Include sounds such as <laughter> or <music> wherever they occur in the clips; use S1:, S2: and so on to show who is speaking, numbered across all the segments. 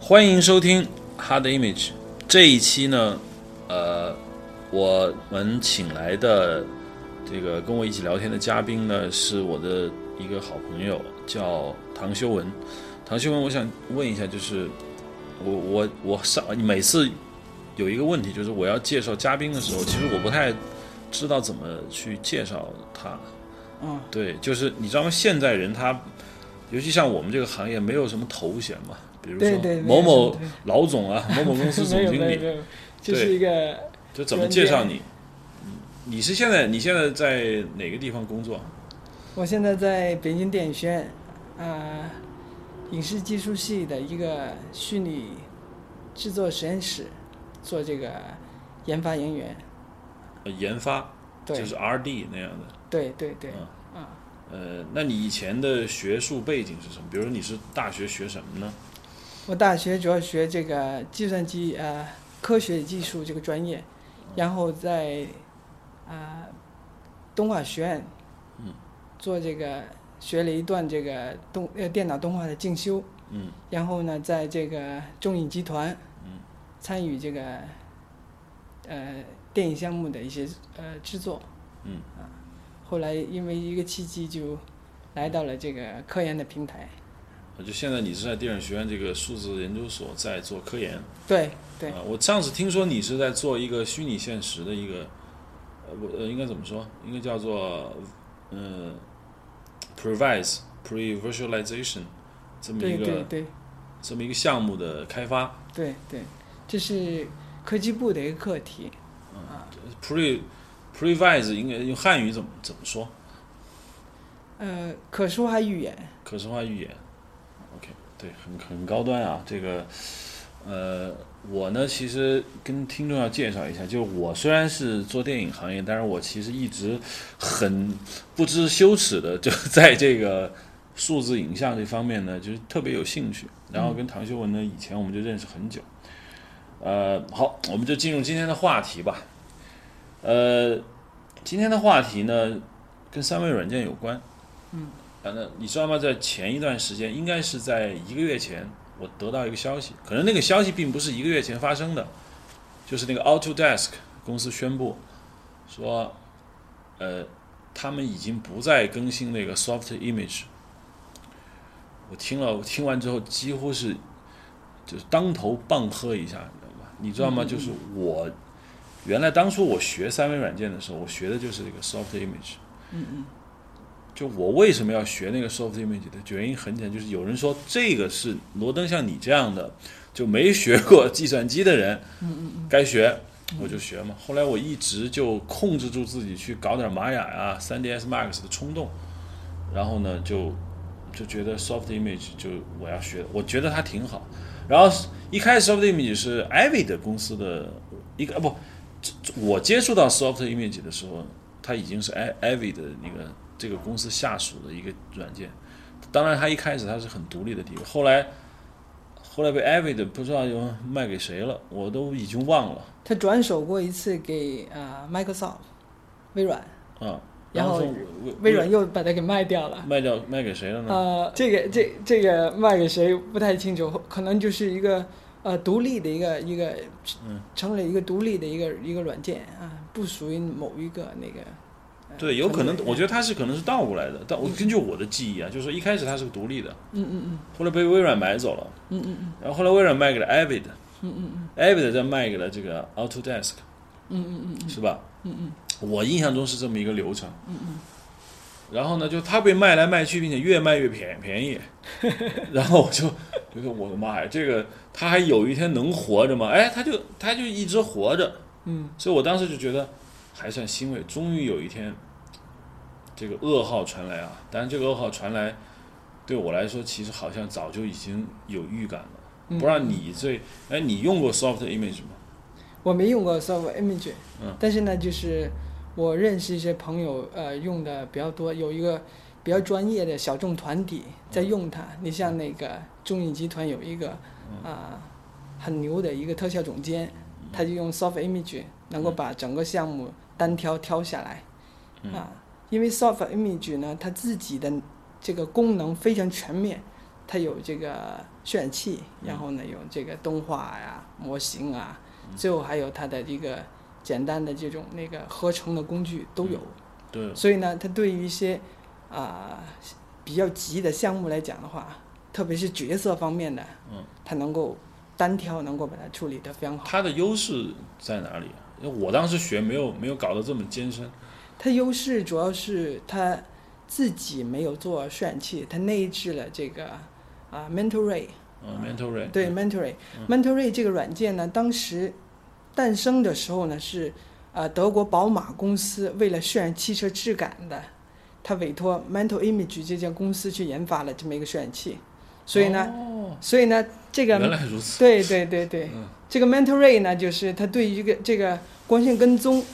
S1: 欢迎收听《Hard Image》这一期呢，呃，我们请来的这个跟我一起聊天的嘉宾呢，是我的一个好朋友，叫唐修文。唐修文，我想问一下，就是我我我上每次有一个问题，就是我要介绍嘉宾的时候，其实我不太知道怎么去介绍他。
S2: 嗯，
S1: 对，就是你知道吗？现在人他，尤其像我们这个行业，没有什么头衔嘛，比如
S2: 对对
S1: 说某
S2: 没有什么
S1: 某
S2: 头衔
S1: 老总啊，某某公司总
S2: <laughs> 没有
S1: 经
S2: 没有
S1: 理，
S2: 没有，就是一个
S1: 就怎么介绍你？嗯你是现在你现在在哪个地方工作？
S2: 我现在在北京电影学院，啊，影视技术系的一个虚拟制作实验室，做这个研发人员。
S1: 呃研发，
S2: 对、
S1: 就是 R D 那样的。
S2: 对对对，
S1: 嗯
S2: 啊，
S1: 呃，那你以前的学术背景是什么？比如说你是大学学什么呢？
S2: 我大学主要学这个计算机呃科学与技术这个专业，然后在啊、动画学院，
S1: 嗯，
S2: 做这个学了一段这个动呃电脑动画的进修。
S1: 嗯
S2: 然后呢，在这个中影集团，
S1: 嗯
S2: 参与这个呃电影项目的一些呃制作。啊
S1: 嗯
S2: 后来因为一个契机，就来到了这个科研的平台。
S1: 呃就现在你是在电影学院这个数字研究所在做科研。
S2: 对对，
S1: 啊，我上次听说你是在做一个虚拟现实的一个，呃，我呃应该怎么说？应该叫做嗯、p r e v i s e pre visualization 这么一
S2: 对
S1: 个
S2: 对对
S1: 这么一个项目的开发。
S2: 对对，这是科技部的一个课题。
S1: pre pre vise 应该用汉语怎么怎么说？
S2: 呃，可说还语言，
S1: 可视化预言。OK，对，很很高端啊。这个，呃，我呢，其实跟听众要介绍一下，就我虽然是做电影行业，但是我其实一直很不知羞耻的，就 <laughs> 在这个数字影像这方面呢，就是特别有兴趣。然后跟唐修文呢，以前我们就认识很久。呃，好，我们就进入今天的话题吧。呃，今天的话题呢，跟三维软件有关。啊，那你知道吗？在前一段时间，应该是在一个月前，我得到一个消息，可能那个消息并不是一个月前发生的，就是那个 Autodesk 公司宣布说，呃，他们已经不再更新那个 Soft Image。我听了，我听完之后几乎是就是当头棒喝一下，你知道吗？你知道吗？就是我原来当初我学三维软件的时候，我学的就是这个 Soft Image。
S2: 嗯嗯，
S1: 就我为什么要学那个 soft image 的原因很简单，就是有人说这个是罗登像你这样的就没学过计算机的人，该学我就学嘛。后来我一直就控制住自己去搞点玛雅啊、3ds max 的冲动，然后呢就就觉得 soft image 就我要学，我觉得它挺好。然后一开始 soft image 是 Avid 公司的一个啊不，这这我接触到 soft image 的时候，它已经是 A- Avid 的那个这个公司下属的一个软件。当然，它一开始它是很独立的地位，后来后来被 Avid 不知道又卖给谁了，我都已经忘了
S2: 他转手过一次给啊、呃 Microsoft 微软，
S1: 啊。
S2: 然后
S1: 后微
S2: 微软又把它给卖掉了。
S1: 卖掉卖给谁了呢？
S2: 呃，这个这这个卖给谁不太清楚，可能就是一个呃独立的一个一个，
S1: 嗯
S2: 成了一个独立的一个一个软件啊，不属于某一个那个。呃
S1: 对，有可能，
S2: 团队
S1: 我觉得它是可能是倒过来的。但我根据我的记忆啊，就是说一开始它是个独立的，
S2: 嗯嗯嗯
S1: 后来被微软买走了，
S2: 嗯嗯嗯
S1: 然后后来微软卖给了 Avid，
S2: 嗯嗯
S1: Avid 再卖给了这个 Autodesk，
S2: 嗯嗯嗯
S1: 是吧？
S2: 嗯嗯
S1: 我印象中是这么一个流程。
S2: 嗯嗯
S1: 然后呢，就它被卖来卖去，并且越卖越便便
S2: <laughs>
S1: 宜。然后我就觉得我的妈呀，这个它还有一天能活着吗？哎，它就它就一直活着。
S2: 嗯
S1: 所以我当时就觉得还算欣慰，终于有一天这个噩耗传来啊！但是这个噩耗传来，对我来说其实好像早就已经有预感了。
S2: 嗯，
S1: 不知道你最哎，你用过 Soft Image 吗？
S2: 我没用过 Soft Image，、
S1: 嗯
S2: 但是呢，就是我认识一些朋友，呃，用的比较多，有一个比较专业的小众团体在用它。你像那个中影集团有一个啊、
S1: 嗯
S2: 很牛的一个特效总监，他就用 Soft Image 能够把整个项目单挑挑下来、
S1: 嗯
S2: 啊，因为 Soft Image 呢，它自己的这个功能非常全面，它有这个渲染器，
S1: 嗯
S2: 然后呢有这个动画呀、模型啊，最后还有它的一个简单的这种那个合成的工具都有。
S1: 嗯对，
S2: 所以呢，它对于一些啊、比较急的项目来讲的话，特别是角色方面的，
S1: 嗯，
S2: 它能够单挑，能够把它处理得非常好。
S1: 它的优势在哪里啊？因为我当时学没有没有搞得这么艰深，
S2: 它优势主要是它自己没有做渲染器，它内置了这个啊 Mentoray，
S1: 嗯
S2: 啊
S1: ，mental rate，
S2: 对 Mentoray，Mentoray 这个软件呢，当时诞生的时候呢是呃德国宝马公司为了渲染汽车质感的，它委托 Mental Image 这家公司去研发了这么一个渲染器，所以呢，
S1: 哦
S2: 所以呢这个
S1: 原来如此，
S2: 对对对对，
S1: 嗯
S2: 这个 Mentoray 呢，就是它对于这个这个光线跟
S1: 嗯
S2: 踪，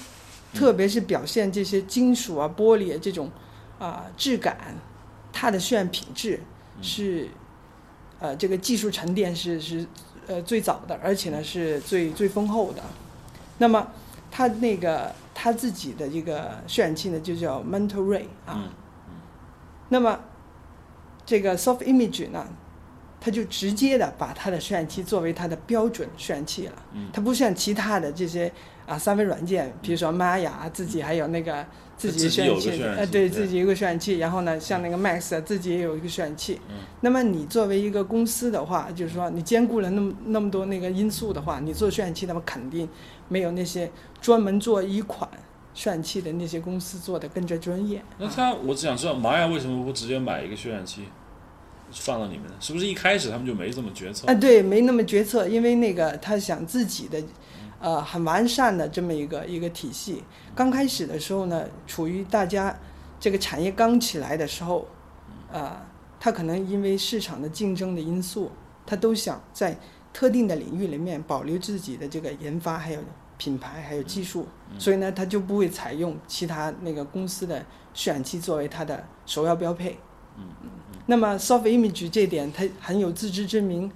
S2: 特别是表现这些金属啊、玻璃啊这种啊、质感，它的渲染品质
S1: 嗯
S2: 是、呃这个技术沉淀是是呃最早的，而
S1: 嗯
S2: 且呢是最最丰厚的。那么它那个它自己的这个渲染器呢，就叫 Mentoray 啊。
S1: 嗯
S2: 那么这个 Soft Image 呢，它就直接的把它的渲染器作为它的标准渲染器了。
S1: 嗯
S2: 它不像其他的这些啊三维软件，比如说 Maya 自己还有那个自
S1: 嗯
S2: 己
S1: 自己
S2: 渲
S1: 有
S2: 染
S1: 个
S2: 器，
S1: 渲染
S2: 呃，
S1: 器
S2: 对
S1: 对
S2: 自己有一个渲染器，然后呢，像那个 Max 啊自己也有一个渲染器。
S1: 嗯
S2: 那么你作为一个公司的话，就是说你兼顾了那么那么多那个因素的话，你做渲染器的话，肯定没有那些专门做一款渲染器的那些公司做的更加专业。
S1: 那
S2: 啊
S1: 他，我只想知道玛雅为什么不直接买一个渲染器放到里面呢？是不是一开始他们就没这么决策？
S2: 啊，对，没那么决策，因为那个他想自己的，呃，很完善的这么一个一个体系。刚开始的时候呢，处于大家这个产业刚起来的时候，呃，他可能因为市场的竞争的因素，他都想在特定的领域里面保留自己的这个研发，还有品牌，还有技术，所以呢，他就不会采用其他那个公司的渲染器作为它的首要标配。嗯，那么 Soft Image 这点，它很有自知之明。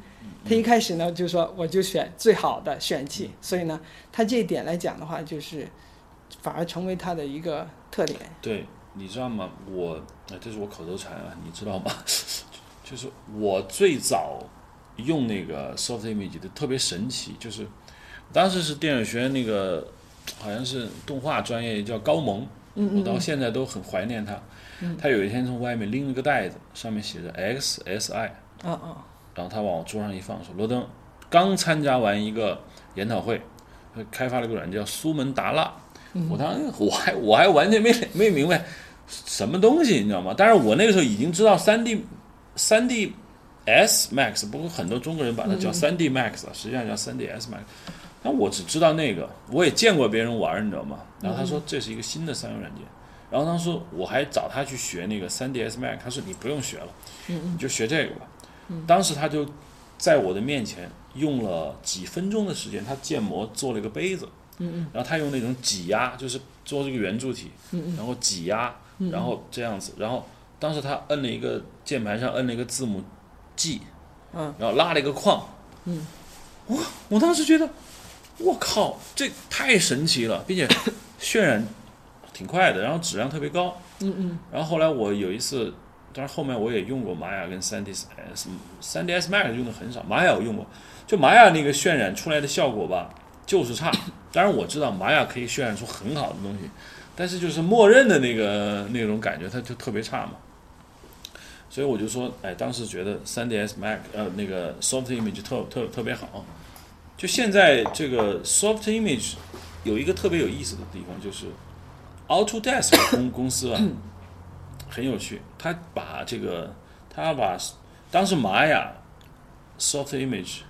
S2: 他一开始呢就说我就选最好的选器，所以呢，他这一点来讲的话，就是反而成为他的一个特点。
S1: 对，你知道吗？我，哎这是我口头禅啊，你知道吗？ <laughs> 就就是我最早用那个 Soft Image 的特别神奇，就是当时是电影学院那个好像是动画专业叫高萌，我到现在都很怀念他。他有一天从外面拎了个袋子，上面写着 XSI，
S2: 啊啊，
S1: 然后他往我桌上一放，说：“罗登，刚参加完一个研讨会，呃开发了个软件叫苏门答腊。”我当时我还我还完全没没明白什么东西，你知道吗？但是我那个时候已经知道3 D 3 D S Max，不过很多中国人把它叫3 D Max，、啊，实际上叫3 D S Max。但我只知道那个，我也见过别人玩，你知道吗？然后他说这是一个新的三维软件，然后当时我还找他去学那个3 D S Max，他说你不用学了，你就学这个吧。当时他就在我的面前用了几分钟的时间，他建模做了一个杯子，嗯然后他用那种挤压，就是做这个圆柱体，嗯然后挤压，然后这样子，然后当时他摁了一个键盘上摁了一个字母 G，
S2: 嗯，
S1: 然后拉了一个框，嗯，我我当时觉得，我靠，这太神奇了， <coughs> 并且渲染挺快的，然后质量特别高，
S2: 嗯嗯
S1: 然后后来我有一次，当然后面我也用过玛雅跟3 D S 3 D S Max 用的很少，玛雅我用过，就玛雅那个渲染出来的效果吧，就是差。当然我知道玛雅可以渲染出很好的东西，但是就是默认的那个那种感觉，它就特别差嘛。所以我就说，哎，当时觉得3 D S Max 呃那个 Soft Image 特特特别好。就现在这个 Soft Image 有一个特别有意思的地方，就是 Autodesk 公公司啊，很有趣，他把这个，他把当时玛雅、Soft Image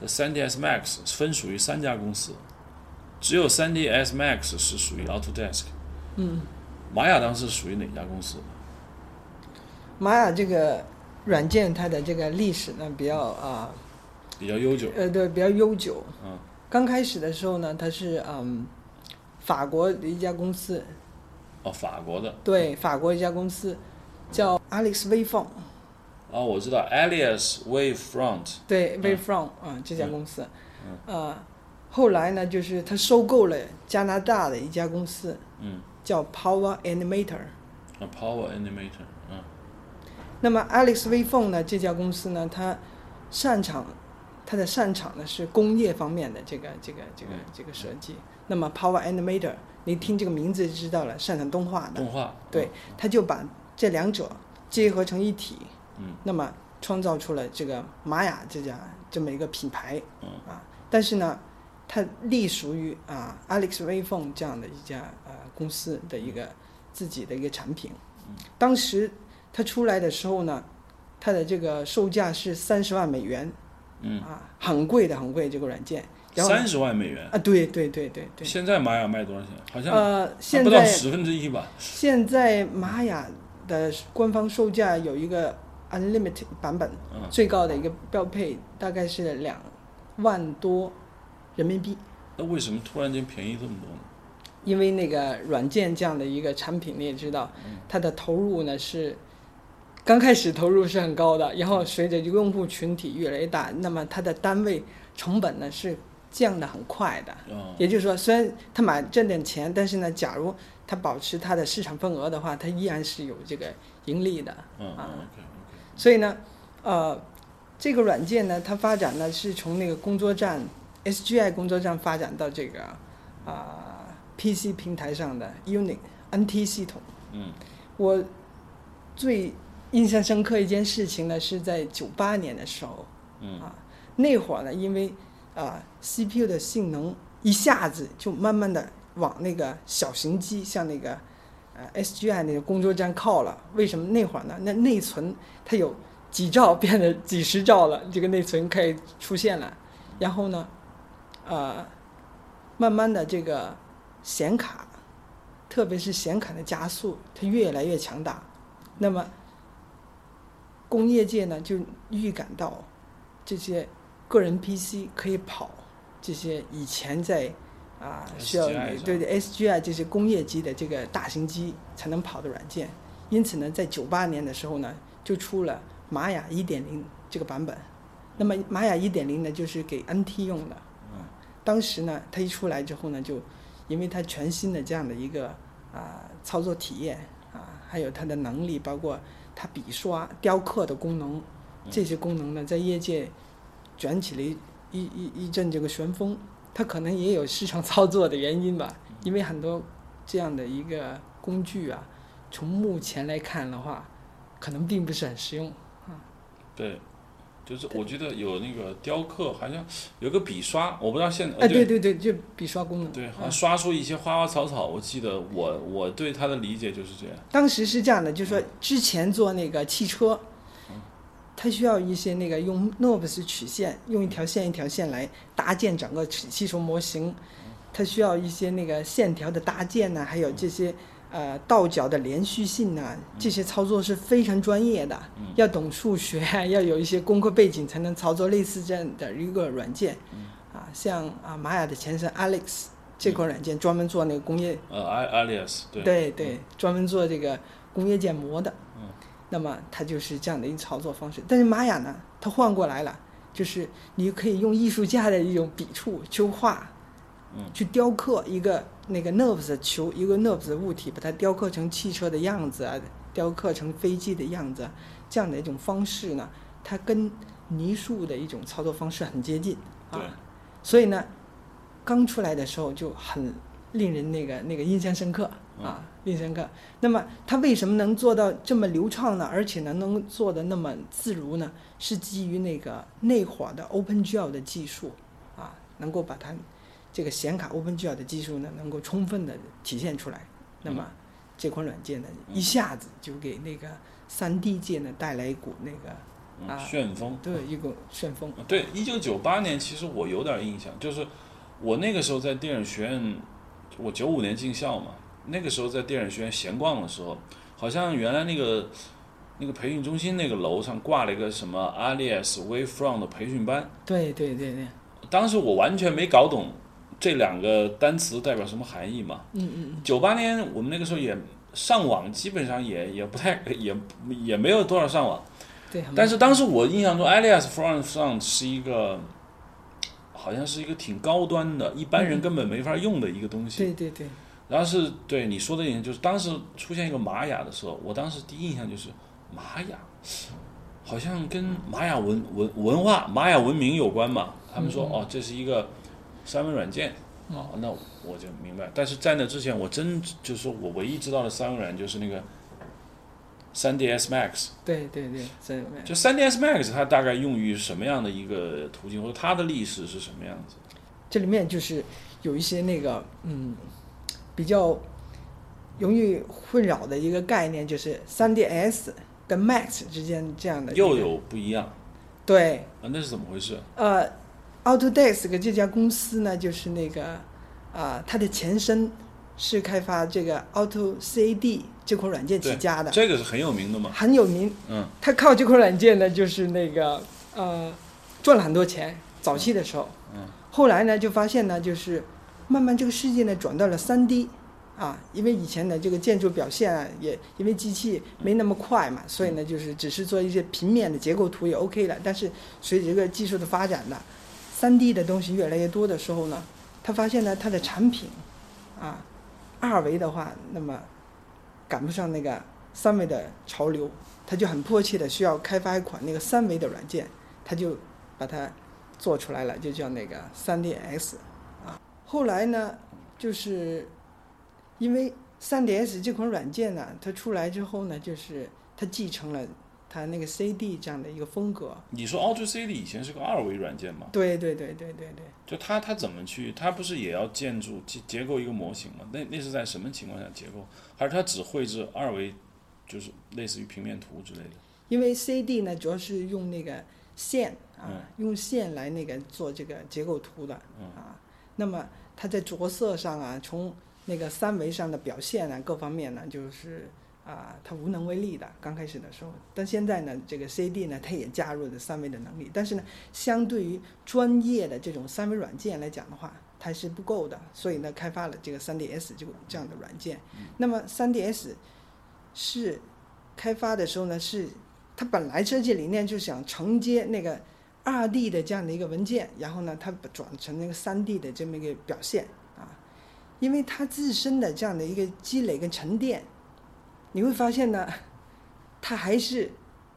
S1: 和 3ds Max 分属于三家公司，只有 3ds Max 是属于 Autodesk。嗯。玛雅当时属于哪家公司？
S2: 玛雅这个软件它的这个历史呢比较啊
S1: 比较悠久。
S2: 呃对比较悠久。
S1: 嗯。
S2: 刚开始的时候呢，它是嗯法国的一家公司，
S1: 哦，法国的。
S2: 对法国一家公司叫 Alex Wayfont，
S1: 哦，我知道，Alias Wavefront。
S2: 对
S1: 嗯
S2: Wayfront 啊、这家公司，呃后来呢就是它收购了加拿大的一家公司
S1: 嗯。
S2: 叫 Power Animator。
S1: 啊，Power 哦 Animator。嗯。
S2: 那么 Alex V Phone 呢，这家公司呢，它擅长它的擅长呢是工业方面的这个这个这个
S1: 嗯
S2: 这个设计。那么 Power Animator，你听这个名字就知道了，擅长动画的
S1: 动，画
S2: 对，它就把这两者结合成一体，
S1: 嗯，
S2: 那么创造出了这个玛雅这家这么一个品牌，
S1: 嗯
S2: 啊，但是呢，它隶属于啊 Alex v p h o n e 这样的一家呃公司的一个
S1: 嗯
S2: 自己的一个产品。当时它出来的时候呢，它的这个售价是三十万美元，
S1: 嗯，
S2: 啊，很贵的，很贵这个软件。然后呢
S1: 三十万美元。
S2: 啊，对对对对对，
S1: 现在玛雅卖多少钱？好像
S2: 呃，
S1: 还
S2: 现
S1: 不到
S2: 在
S1: 十分之一吧。
S2: 现在玛雅的官方售价有一个 unlimited 版本，
S1: 嗯，
S2: 最高的一个标配大概是两万多人民币，
S1: 那为什么突然间便宜这么多呢？
S2: 因为那个软件这样的一个产品，你也知道，它的投入呢是刚开始投入是很高的，然后随着用户群体越来越大，那么它的单位成本呢是降得很快的。
S1: 啊、
S2: 也就是说，虽然他买挣点钱，但是呢，假如他保持他的市场份额的话，他依然是有这个盈利的。
S1: 嗯
S2: 啊
S1: 嗯，OK OK，
S2: 所以呢，呃，这个软件呢，它发展呢是从那个工作站 SGI 工作站发展到这个啊、PC 平台上的 Unix NT 系统。
S1: 嗯
S2: 我最印象深刻一件事情呢，是在九八年的时候，
S1: 嗯
S2: 啊，那会儿呢，因为啊、CPU 的性能一下子就慢慢的往那个小型机，像那个呃 SGI 那个工作站靠了。为什么那会儿呢？那内存它有几兆变得几十兆了，这个内存可以出现了。然后呢，呃，慢慢的这个显卡，特别是显卡的加速，它越来越强大。那么工业界呢，就预感到这些个人 PC 可以跑这些以前在啊需要
S1: SGI 上
S2: 对对 SGI 这些工业级的这个大型机才能跑的软件。因此呢，在九八年的时候呢，就出了玛雅一点零这个版本。那么玛雅一点零呢，就是给 NT 用的。
S1: 嗯
S2: 当时呢，它一出来之后呢，就因为它全新的这样的一个啊、操作体验啊，还有它的能力，包括它笔刷、雕刻的功能，这些功能呢，在业界卷起了一一一一阵这个旋风。它可能也有市场操作的原因吧，因为很多这样的一个工具啊，从目前来看的话，可能并不是很实用。
S1: 对，就是我记得有那个雕刻，好像有个笔刷，我不知道现在、
S2: 哎，对对对，就笔刷功能。
S1: 呃啊对，好嗯像
S2: 啊
S1: 刷出一些花花草草。我记得我我对它的理解就是这样。
S2: 当时是这样的，就是说之前做那个汽车，它需要一些那个用 NURBS 曲线，用一条线一条线来搭建整个汽汽车模型，它需要一些那个线条的搭建呐、还有这些呃倒角的连续性呐、这些操作是非常专业的，要懂数学， <laughs> 要有一些功课背景才能操作类似这样的一个软件，啊，像啊玛雅的前身 Alex 这款软件专门做那个工业
S1: 呃，I alias 对，
S2: 对对，专门做这个工业建模的。
S1: 嗯，
S2: 那么它就是这样的一个操作方式。但是玛雅呢，它换过来了，就是你可以用艺术家的一种笔触去画，
S1: 嗯，
S2: 去雕刻一个那个 nerves 的球，一个 nerves 的物体，把它雕刻成汽车的样子啊，雕刻成飞机的样子啊、这样的一种方式呢，它跟泥塑的一种操作方式很接近啊
S1: 对。
S2: 所以呢，刚出来的时候就很令人那个那个印象深刻啊，印象深刻。那么它为什么能做到这么流畅呢？而且呢，能做的那么自如呢？是基于那个内火的 OpenGL 的技术啊，能够把它这个显卡 OpenGL 的技术呢，能够充分的体现出来。那么这款软件呢，
S1: 嗯
S2: 一下子就给那个三 D 界呢带来一股那个
S1: 嗯
S2: 啊
S1: 旋风。
S2: 对一股旋风。
S1: 对，一九九八年，其实我有点印象，就是我那个时候在电影学院，我九五年进校嘛，那个时候在电影学院闲逛的时候，好像原来那个那个培训中心那个楼上挂了一个什么 Alias Wavefront 的培训班，
S2: 对对对对，
S1: 当时我完全没搞懂这两个单词代表什么含义嘛。
S2: 嗯嗯。
S1: 九八年我们那个时候也上网，基本上也也不太 <laughs> 也也没有多少上网。
S2: 对，很
S1: 但
S2: 慢
S1: 是当时我印象中，Alias Front 上是一个，好像是一个挺高端的，一般
S2: 嗯
S1: 人根本没法用的一个东西。
S2: 对对对，
S1: 然后是对你说的一点，就是当时出现一个玛雅的时候，我当时第一印象就是，玛雅，好像跟玛雅文文文化、玛雅文明有关吧？他们说、哦，这是一个三维软件。哦，那我就明白。但是在那之前，我真就是说我唯一知道的三维软件就是那个三 DS Max。
S2: 对对对，嗯真有
S1: 就 3ds Max 它大概用于什么样的一个途径，或者它的历史是什么样子？
S2: 这里面就是有一些那个嗯比较容易混扰的一个概念，就是 3DS 跟 Max 之间这样的一个
S1: 又有不一样
S2: 对
S1: 啊？那是怎么回事？
S2: 呃，Autodesk 这家公司呢，就是那个啊、呃它的前身是开发这个 AutoCAD 这款软件起家的，
S1: 这个是很有名的嘛？
S2: 很有名。
S1: 嗯
S2: 它靠这款软件呢，就是那个呃赚了很多钱，早期的时候。
S1: 嗯
S2: 后来呢，就发现呢，就是慢慢这个世界呢转到了3 D 啊，因为以前呢这个建筑表现啊，也因为机器没那么快嘛，所以
S1: 嗯
S2: 呢就是只是做一些平面的结构图也 OK 了。但是随着这个技术的发展呢，3 D 的东西越来越多的时候呢，他发现呢它的产品啊二维的话，那么赶不上那个三维的潮流，他就很迫切的需要开发一款那个三维的软件，他就把它做出来了，就叫那个 3DS 啊。后来呢，就是因为 3DS 这款软件呢，它出来之后呢，就是它继承了它那个 CD 这样的一个风格。
S1: 你说 AutoCAD 以前是个二维软件嘛？
S2: 对对对对对对。
S1: 就它它怎么去？它不是也要建筑结结构一个模型吗？那那是在什么情况下结构？还是它只绘制二维，就是类似于平面图之类的？
S2: 因为 CD 呢，主要是用那个线啊，
S1: 嗯
S2: 用线来那个做这个结构图的、
S1: 嗯
S2: 啊。那么它在着色上啊，从那个三维上的表现啊，各方面呢，就是啊，它无能为力的。刚开始的时候，但现在呢，这个 CD 呢，它也加入了三维的能力，但是呢，相对于专业的这种三维软件来讲的话，它还是不够的，所以呢，开发了这个 3DS 这个这样的软件。
S1: 嗯
S2: 那么 3DS 是开发的时候呢，是它本来设计理念就想承接那个二 D 的这样的一个文件，然后呢，它转成那个三 D 的这么一个表现啊，因为它自身的这样的一个积累跟沉淀，你会发现呢，它还是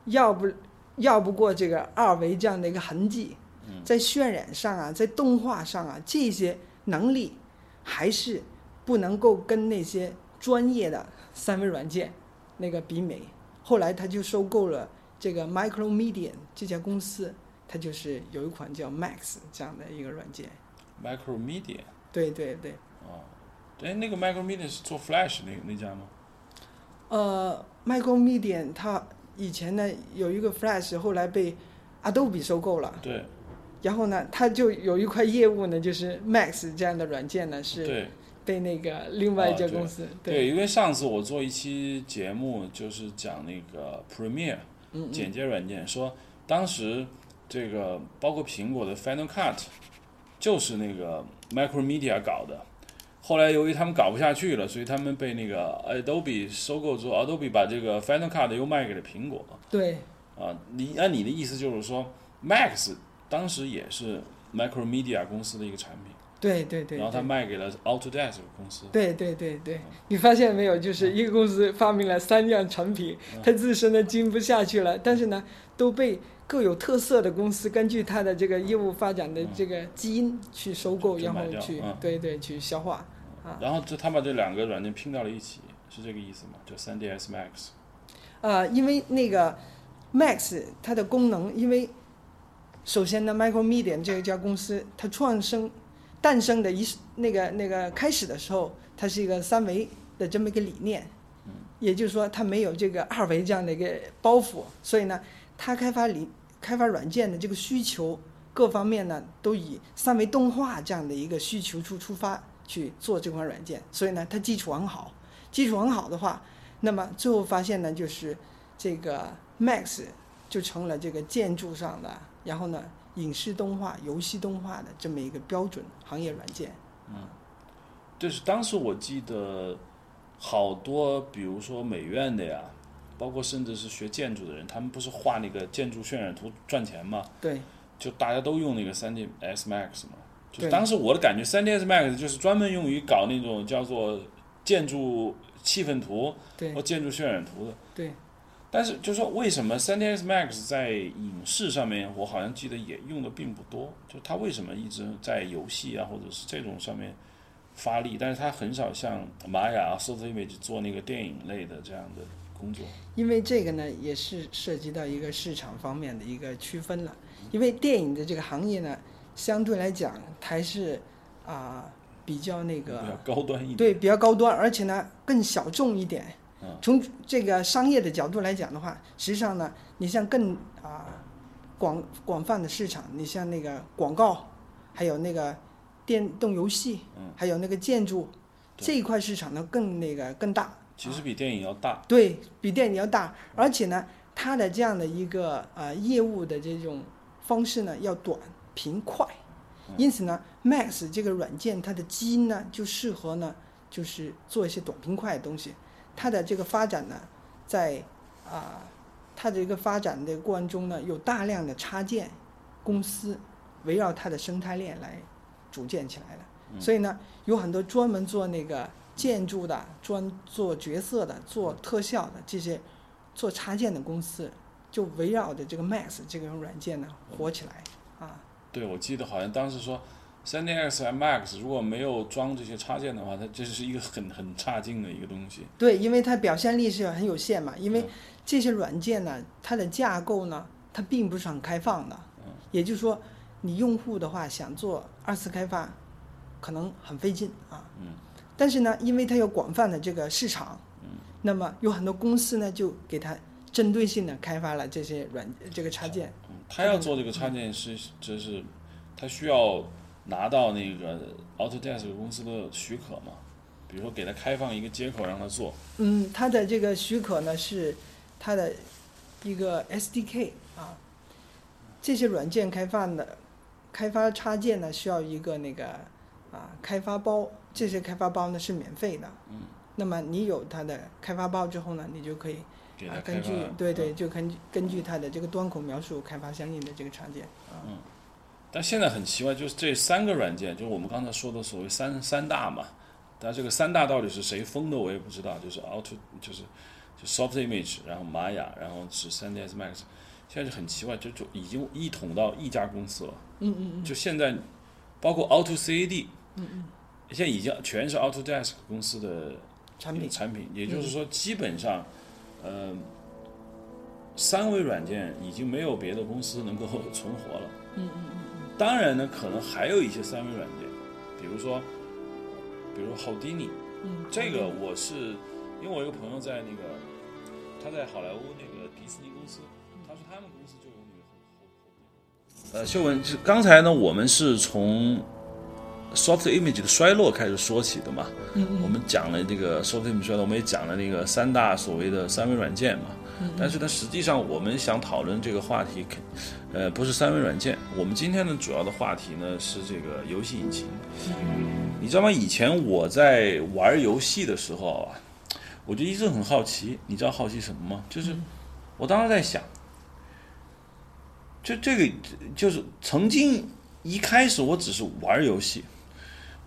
S2: 要不要不过这个二维这样的一个痕迹，在渲染上啊，在动画上啊，这些能力还是不能够跟那些专业的三维软件那个比美。后来他就收购了这个 Micromedia 这家公司，它就是有一款叫 Max 这样的一个软件。
S1: Micromedia
S2: 对对对，
S1: 啊、哎，那个 Micromedia 是做 Flash 那那家吗？
S2: 呃，Micromedia 它以前呢有一个 Flash，后来被 Adobe 收购了。
S1: 对
S2: 然后呢，它就有一块业务呢，就是 Max 这样的软件呢是
S1: 对，啊
S2: 被那个另外一家公司、
S1: 对，因为上次我做一期节目，就是讲那个 Premiere
S2: 嗯嗯
S1: 剪接软件，说当时这个包括苹果的 Final Cut 就是那个 Micromedia 搞的。后来由于他们搞不下去了，所以他们被那个 Adobe 收购之后，Adobe 把这个 Final Cut 又卖给了苹果。
S2: 对
S1: 啊，你按你的意思就是说，Max 当时也是 Micromedia 公司的一个产品，
S2: 对对对，
S1: 然后他卖给了 Autodesk 公司。嗯
S2: 对对对对，你发现没有？就是一个公司发明了三样产品，它自身呢经营不下去了，但是呢都被各有特色的公司根据它的这个业务发展的这个基因去收购，
S1: 就
S2: 然后
S1: 嗯买掉
S2: 去
S1: 嗯
S2: 对对去消化。
S1: 然后就他把这两个软件拼到了一起，是这个意思吗？就 3ds Max。
S2: 呃，因为那个 Max 它的功能，因为首先呢，Micromedia 这一家公司它创生诞生的一时那个那个开始的时候，它是一个三维的这么一个理念，也就是说它没有这个二维这样的一个包袱，所以呢，它开发理开发软件的这个需求各方面呢，都以三维动画这样的一个需求出出发去做这款软件，所以呢，它基础很好，基础很好的话，那么最后发现呢，就是这个 Max 就成了这个建筑上的，然后呢，影视动画、游戏动画的这么一个标准行业软件。
S1: 就是当时我记得好多，比如说美院的呀，包括甚至是学建筑的人，他们不是画那个建筑渲染图赚钱吗？
S2: 对，
S1: 就大家都用那个 3ds Max 嘛。就是
S2: 对
S1: 当时我的感觉，3ds Max 就是专门用于搞那种叫做建筑气氛图
S2: 对
S1: 和，建筑渲染图的。
S2: 对，
S1: 但是就是说，为什么 3ds Max 在影视上面，我好像记得也用的并不多，就它为什么一直在游戏啊或者是这种上面发力，但是它很少像玛雅啊、Soft Image 做那个电影类的这样的工作。
S2: 因为这个呢，也是涉及到一个市场方面的一个区分了。因为电影的这个行业呢，相对来讲还是啊、比较那
S1: 比较
S2: 个
S1: 高端一点。
S2: 对比较高端，而且呢更小众一点
S1: 嗯。
S2: 从这个商业的角度来讲的话，实际上呢，你像更啊、广广泛的市场，你像那个广告，还有那个电动游戏，
S1: 嗯
S2: 还有那个建筑
S1: 对
S2: 这一块市场呢更那个更大。
S1: 其实比电影要大。
S2: 对比电影要大，而且呢，它的这样的一个呃业务的这种方式呢要短平快，因此呢，Max 这个软件它的基因呢就适合呢就是做一些短平快的东西，它的这个发展呢在啊、它的一个发展的过程中呢有大量的插件公司围绕它的生态链来组建起来了，所以呢有很多专门做那个。建筑的、专做角色的、做特效的这些做插件的公司，就围绕着这个 Max 这种软件呢火起来啊。
S1: 对，我记得好像当时说 3ds Max 如果没有装这些插件的话，它这是一个很很差劲的一个东西。
S2: 对，因为它表现力是很有限嘛，因为
S1: 嗯
S2: 这些软件呢，它的架构呢，它并不是很开放的，
S1: 嗯
S2: 也就是说，你用户的话想做二次开发，可能很费劲啊。
S1: 嗯。
S2: 但是呢，因为它有广泛的这个市场，嗯，那么有很多公司呢就给它针对性的开发了这些软这个插件。
S1: 嗯，他要做这个插件是，这是他需要拿到那个 Autodesk 公司的许可嘛？比如说给他开放一个接口让他做，
S2: 嗯，它的这个许可呢是它的一个 SDK 啊，这些软件开发的开发插件呢需要一个那个啊开发包，这些开发包呢是免费的。
S1: 嗯。
S2: 那么你有它的开发包之后呢，你就可以
S1: 给
S2: 啊
S1: 他开
S2: 根
S1: 发。
S2: 据对对，就根据根据它的这个端口描述开发相应的这个插件啊。
S1: 但现在很奇怪，就是这三个软件，就是我们刚才说的所谓三三大嘛，但这个三大到底是谁封的，我也不知道。就是 Auto，就是就 Soft Image，然后玛雅，然后是 3ds Max，现在就很奇怪，就就已经一统到一家公司了。
S2: 嗯嗯嗯，
S1: 就现在，包括 Auto CAD，嗯嗯，现在已经全是 Autodesk 公司的
S2: 产品嗯
S1: 产品，也就是说，基本上，呃，三维软件已经没有别的公司能够 <laughs> 存活了。
S2: 嗯嗯嗯
S1: 当然呢，可能还有一些三维软件，比如说，比如 Houdini，
S2: 嗯，
S1: 这个我是因为我有个朋友在那个他在好莱坞那个迪士尼公司，他说他们公司就有那个 Houdini。呃，秀文，就刚才呢，我们是从 Soft Image 的衰落开始说起的嘛，
S2: 嗯
S1: 我们讲了这个 Soft Image 衰落，我们也讲了那个三大所谓的三维软件嘛，但是呢，实际上我们想讨论这个话题，肯呃，不是三维软件。我们今天的主要的话题呢是这个游戏引擎。你知道吗？以前我在玩游戏的时候啊，我就一直很好奇。你知道好奇什么吗？就是我当时在想，就这个就是曾经一开始我只是玩游戏，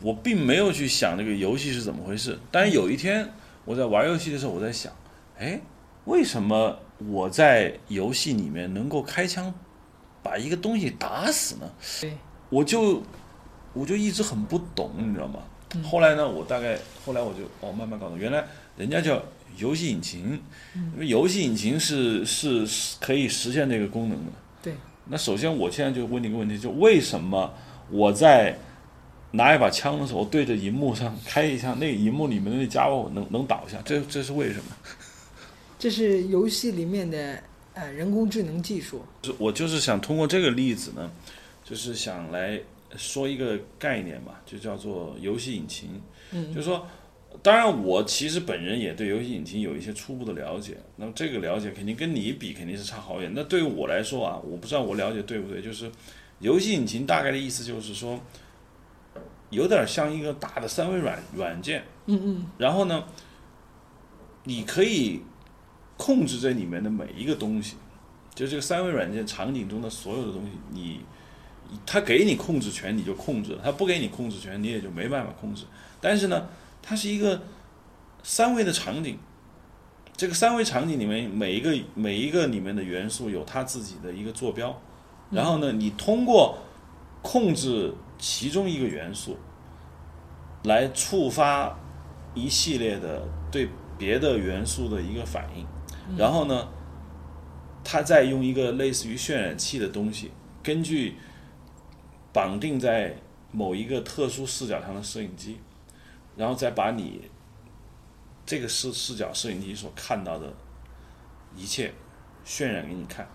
S1: 我并没有去想这个游戏是怎么回事。但是有一天我在玩游戏的时候，我在想，哎，为什么我在游戏里面能够开枪把一个东西打死呢？
S2: 对，
S1: 我就我就一直很不懂，你知道吗？后来呢，我大概后来我就哦慢慢搞懂，原来人家叫游戏引擎，因为游戏引擎是是是可以实现这个功能的。
S2: 对，
S1: 那首先我现在就问你一个问题，就为什么我在拿一把枪的时候对着荧幕上开一枪，那个荧幕里面的那家伙能能倒下？这这是为什么？
S2: 这是游戏里面的呃人工智能技术。
S1: 就是我就是想通过这个例子呢，就是想来说一个概念吧，就叫做游戏引擎。
S2: 嗯，
S1: 就是说，当然我其实本人也对游戏引擎有一些初步的了解，那么这个了解肯定跟你比肯定是差好远。那对于我来说啊，我不知道我了解对不对，就是游戏引擎大概的意思就是说，有点像一个大的三维软软件，
S2: 嗯嗯
S1: 然后呢，你可以控制这里面的每一个东西，就这个三维软件场景中的所有的东西，你它给你控制权你就控制了，它不给你控制权你也就没办法控制。但是呢，它是一个三维的场景，这个三维场景里面每一个每一个里面的元素有它自己的一个坐标，然后呢，你通过控制其中一个元素，来触发一系列的对别的元素的一个反应，然后呢，它再用一个类似于渲染器的东西，根据绑定在某一个特殊视角上的摄影机，然后再把你这个视视角摄影机所看到的一切渲染给你看，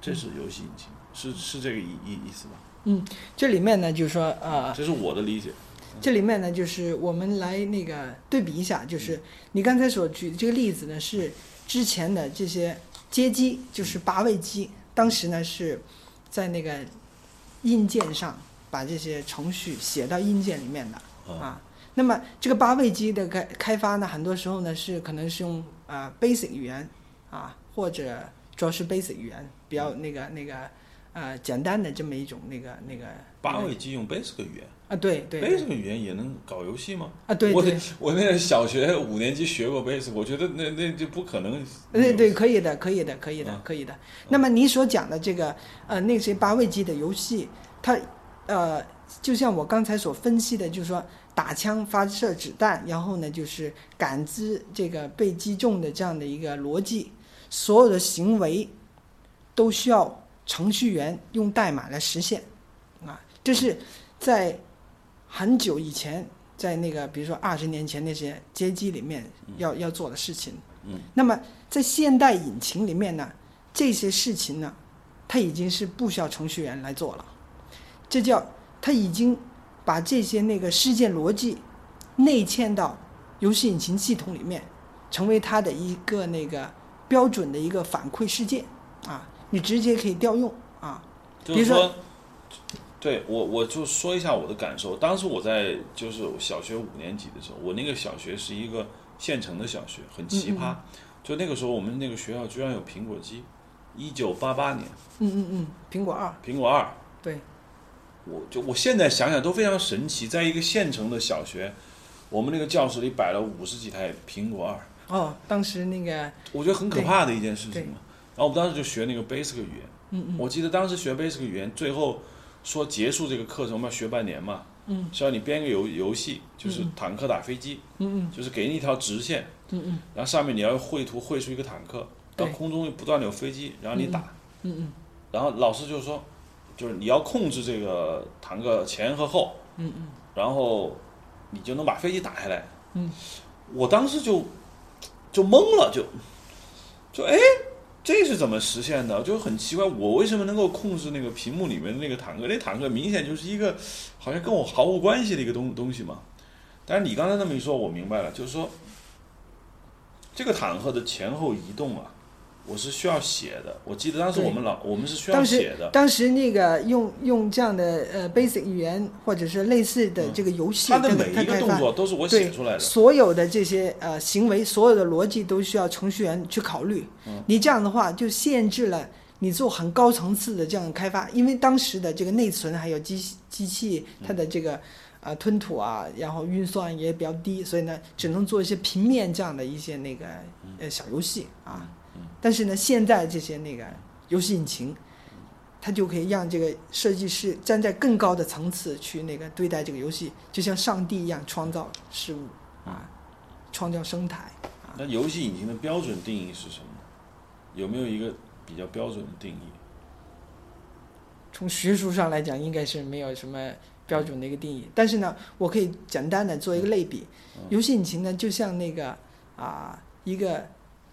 S1: 这是游戏引擎，是是这个意意意思吧？
S2: 这里面呢，就是说呃，
S1: 这是我的理解。
S2: 这里面呢，就是我们来那个对比一下，就是你刚才所举的这个例子呢，是之前的这些街机，就是八位机，当时呢是在那个硬件上把这些程序写到硬件里面的
S1: 嗯
S2: 啊。那么这个八位机的开开发呢，很多时候呢是可能是用啊、Basic 语言啊，或者主要是 Basic 语言比较那个那个呃简单的这么一种那个那个
S1: 八位机用 Basic 语言
S2: 啊，对对对
S1: ，Basic 语言也能搞游戏吗？
S2: 啊，对
S1: 我
S2: 对。
S1: 我那个小学五年级学过 Basic，我觉得那那就不可能。
S2: 对呃对，可以的，可以的，可以
S1: 嗯
S2: 的，可以的。那么你所讲的这个呃那些八位机的游戏，它呃就像我刚才所分析的，就是说打枪、发射子弹，然后呢就是感知这个被击中的这样的一个逻辑，所有的行为都需要程序员用代码来实现啊，这是在很久以前。在那个，比如说二十年前那些街机里面要要做的事情，
S1: 嗯，
S2: 那么在现代引擎里面呢，这些事情呢，它已经是不需要程序员来做了，这叫它已经把这些那个事件逻辑内嵌到游戏引擎系统里面，成为它的一个那个标准的一个反馈事件啊，你直接可以调用啊，
S1: 就是
S2: 比如
S1: 说，对我我就说一下我的感受。当时我在就是小学五年级的时候，我那个小学是一个县城的小学，很奇葩。就那个时候，我们那个学校居然有苹果机，一九八八年
S2: 嗯嗯嗯，苹果二
S1: 苹果二，
S2: 对，
S1: 我就我现在想想都非常神奇，在一个县城的小学，我们那个教室里摆了五十几台苹果二。
S2: 哦，当时那个
S1: 我觉得很可怕的一件事
S2: 对
S1: 情嘛。然后我们当时就学那个 Basic 语言，嗯嗯，我记得当时学 Basic 语言，最后说结束这个课程我们要学半年嘛，嗯，是要你编个游游戏，就是坦克打飞机，嗯嗯，就是给你一条直线，
S2: 嗯嗯，
S1: 然后上面你要绘图绘出一个坦克，然后
S2: 对
S1: 空中又不断的有飞机，然后你打，
S2: 嗯嗯
S1: 然后老师就说，就是你要控制这个坦克前和后，
S2: 嗯嗯，
S1: 然后你就能把飞机打下来。
S2: 嗯，
S1: 我当时就就懵了，就就哎，这是怎么实现的？就很奇怪，我为什么能够控制那个屏幕里面的那个坦克？那坦克明显就是一个好像跟我毫无关系的一个东东西嘛。但是你刚才那么一说，我明白了，就是说这个坦克的前后移动啊。我是需要写的，我记得当时
S2: 对
S1: 我们老我们是需要
S2: 当
S1: 写
S2: 时
S1: 的，
S2: 当时那个用用这样的呃 Basic 语言或者是类似的这个游戏，
S1: 嗯它的
S2: 它
S1: 每
S2: 它
S1: 一个
S2: 开
S1: 动
S2: 发
S1: 作都是我
S2: 对
S1: 写出来的。
S2: 所有的这些呃行为，所有的逻辑都需要程序员去考虑。
S1: 嗯
S2: 你这样的话就限制了你做很高层次的这样的开发，因为当时的这个内存还有机机器它的这
S1: 嗯
S2: 个呃吞吐啊，然后运算也比较低，所以呢只能做一些平面这样的一些那个
S1: 嗯
S2: 呃小游戏啊。但是呢，现在这些那个游戏引擎。它就可以让这个设计师站在更高的层次去那个对待这个游戏，就像上帝一样创造事物啊，创造生态。
S1: 那游戏引擎的标准定义是什么呢？有没有一个比较标准的定义？
S2: 从学术上来讲，应该是没有什么标准的一个定义。但是呢，我可以简单的做一个类比，游戏引擎呢，就像那个啊、一个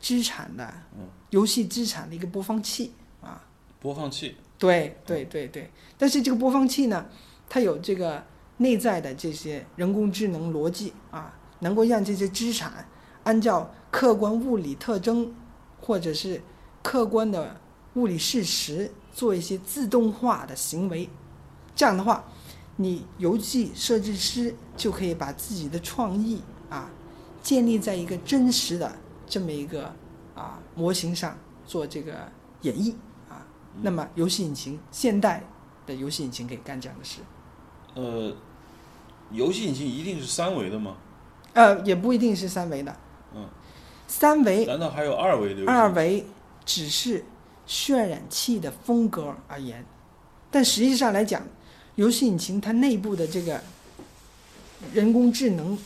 S2: 资产的
S1: 嗯
S2: 游戏资产的一个播放器啊，
S1: 播放器，
S2: 对对对对，但是这个播放器呢，它有这个内在的这些人工智能逻辑啊，能够让这些资产按照客观物理特征或者是客观的物理事实做一些自动化的行为。这样的话，你游戏设计师就可以把自己的创意啊，建立在一个真实的这么一个啊模型上做这个演绎啊。那么游戏引擎，现代的游戏引擎可以干这样的事。
S1: 呃，游戏引擎一定是三维的吗？
S2: 呃，也不一定是三维的。
S1: 嗯，
S2: 三维、
S1: 难道还有二维流
S2: 二
S1: 行？
S2: 维只是渲染器的风格而言，但实际上来讲，游戏引擎它内部的这个人工智能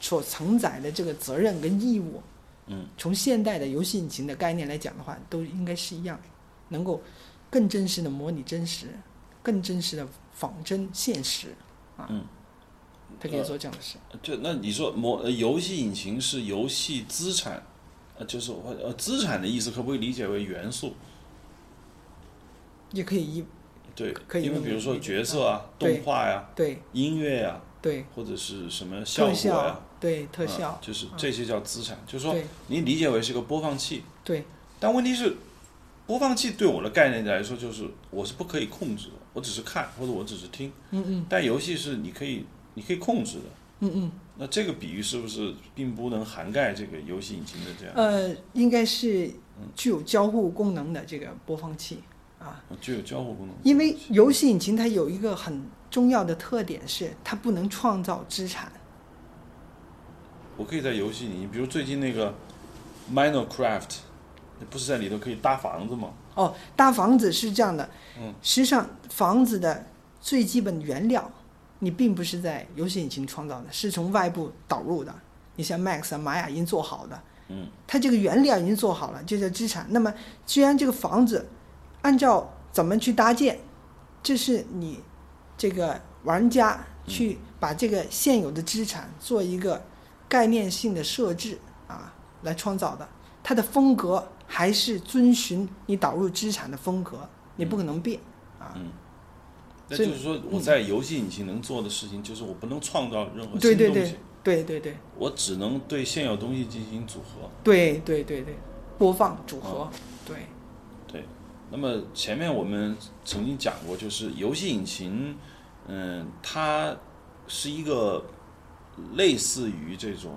S2: 所承载的这个责任跟义务，
S1: 嗯，
S2: 从现代的游戏引擎的概念来讲的话，都应该是一样，能够更真实的模拟真实，更真实的仿真现实啊。
S1: 嗯，呃
S2: 他给你所讲的是，
S1: 就那你说模呃游戏引擎是游戏资产，呃，就是我呃资产的意思，可不可以理解为元素？
S2: 也可以一
S1: 对，
S2: 可以
S1: 因为
S2: 那么
S1: 比如说
S2: 理解
S1: 角色啊、
S2: 对
S1: 动画呀、
S2: 对
S1: 音乐呀、
S2: 对
S1: 或者是什么效
S2: 特
S1: 果呀、
S2: 效对特
S1: 嗯
S2: 效
S1: 就是
S2: 嗯
S1: 这些叫资产，就是说
S2: 对
S1: 你理解为是个播放器，
S2: 对
S1: 但问题是，播放器对我的概念来说，就是我是不可以控制的，我只是看或者我只是听。
S2: 嗯嗯
S1: 但游戏是你可以你可以控制的。
S2: 嗯嗯。
S1: 那这个比喻是不是并不能涵盖这个游戏引擎的这样
S2: 呃，应该是具有交互功能的这个播放器啊，
S1: 具有交互功能？
S2: 因为游戏引擎它有一个很重要的特点是它不能创造资产。
S1: 我可以在游戏里，比如最近那个 Minecraft，不是在里头可以搭房子吗？
S2: 哦，搭房子是这样的，
S1: 嗯，
S2: 实际上房子的最基本原料，你并不是在游戏引擎创造的，是从外部导入的。你像 Max 啊、玛雅已经做好的，
S1: 嗯，
S2: 它这个原料已经做好了，就叫资产。那么，既然这个房子按照怎么去搭建，这是你这个玩家去把这个现有的资产做一个概念性的设置啊，来创造的。它的风格还是遵循你导入资产的风格，你不可能变啊。
S1: 那
S2: 所
S1: 就
S2: 以嗯
S1: 是说，我在游戏引擎能做的事情，就是我不能创造任何
S2: 对
S1: 新
S2: 对
S1: 东
S2: 对
S1: 西，
S2: 对对对
S1: 我只能对现有东西进行组合。
S2: 对对对对，播放组合，对
S1: 对，那么前面我们曾经讲过，就是游戏引擎，嗯，它是一个类似于这种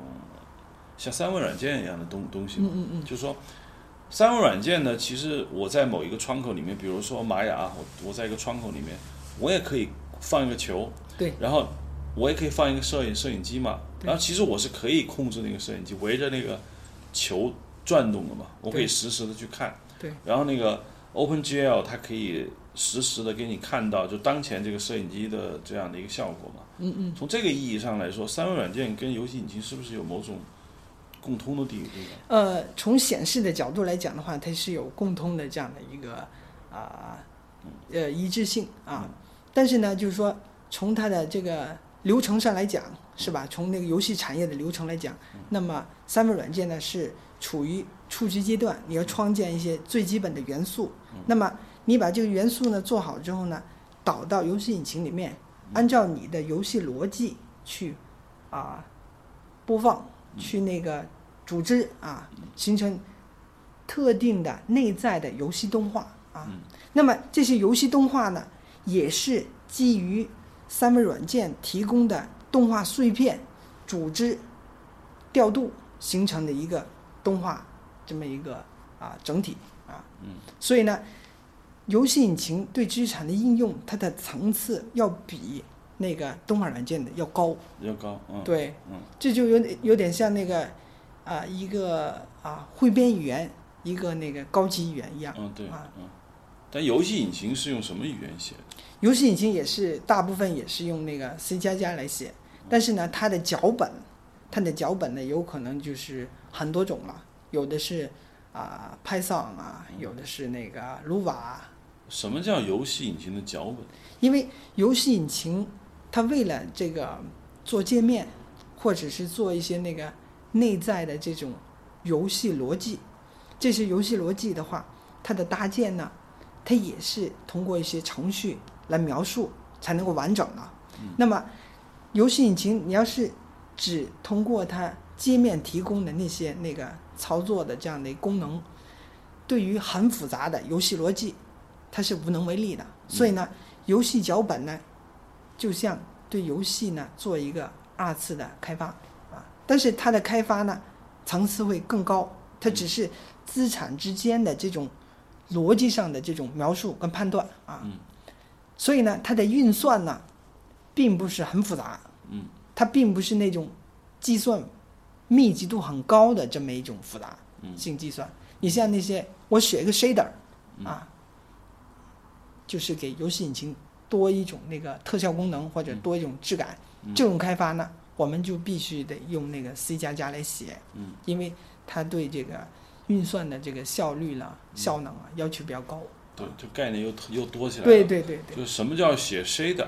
S1: 像三维软件一样的东东西嘛，嗯嗯嗯就是说。三维软件呢，其实我在某一个窗口里面，比如说玛雅，我我在一个窗口里面，我也可以放一个球，
S2: 对
S1: 然后我也可以放一个摄影摄影机嘛，
S2: 对
S1: 然后其实我是可以控制那个摄影机围着那个球转动的嘛，我可以
S2: 对
S1: 实时的去看。
S2: 对。
S1: 然后那个 OpenGL 它可以实时的给你看到就当前这个摄影机的这样的一个效果嘛。嗯嗯。从这个意义上来说，三维软件跟游戏引擎是不是有某种共通的地地方？
S2: 呃，从显示的角度来讲的话，它是有共通的这样的一个啊呃一致性啊。但是呢，就是说从它的这个流程上来讲，是吧？从那个游戏产业的流程来讲，那么三维软件呢是处于初级阶段，你要创建一些最基本的元素。那么你把这个元素呢做好之后呢，导到游戏引擎里面，按照你的游戏逻辑去啊播放，去那个组织啊，形成特定的内在的游戏动画啊。那么这些游戏动画呢，也是基于三维软件提供的动画碎片组织调度形成的一个动画这么一个啊整体啊。嗯。所以呢，游戏引擎对资产的应用，它的层次要比那个动画软件的要高。
S1: 比较高，嗯，
S2: 对，
S1: 嗯
S2: 这就有点有点像那个啊、一个啊汇编语言，一个那个高级语言一样。
S1: 嗯对，
S2: 啊
S1: 嗯。但游戏引擎是用什么语言写的？
S2: 游戏引擎也是大部分也是用那个 C 加加来写，
S1: 嗯
S2: 但是呢，它的脚本，它的脚本呢有可能就是很多种了，有的是啊、Python 啊，有的是那个 Lua 啊、
S1: 什么叫游戏引擎的脚本？
S2: 因为游戏引擎它为了这个做界面，或者是做一些那个内在的这种游戏逻辑，这些游戏逻辑的话，它的搭建呢，它也是通过一些程序来描述才能够完整的。那么，游戏引擎你要是只通过它界面提供的那些那个操作的这样的功能，对于很复杂的游戏逻辑，它是无能为力的。所以呢，游戏脚本呢，就像对游戏呢做一个二次的开发啊，但是它的开发呢层次会更高，它只是资产之间的这种逻辑上的这种描述跟判断啊，
S1: 嗯
S2: 所以呢，它的运算呢并不是很复杂，
S1: 嗯
S2: 它并不是那种计算密集度很高的这么一种复杂
S1: 嗯
S2: 性计算。你像那些我选一个 shader
S1: 嗯
S2: 啊，就是给游戏引擎多一种那个特效功能或者多一种质感，这种开发呢，我们就必须得用那个 C 加加来写，因为它对这个运算的这个效率啦、效能啊要求比较高。
S1: 对，就概念又特又多起来了。
S2: 啊对对对对，
S1: 就什么叫写 shader，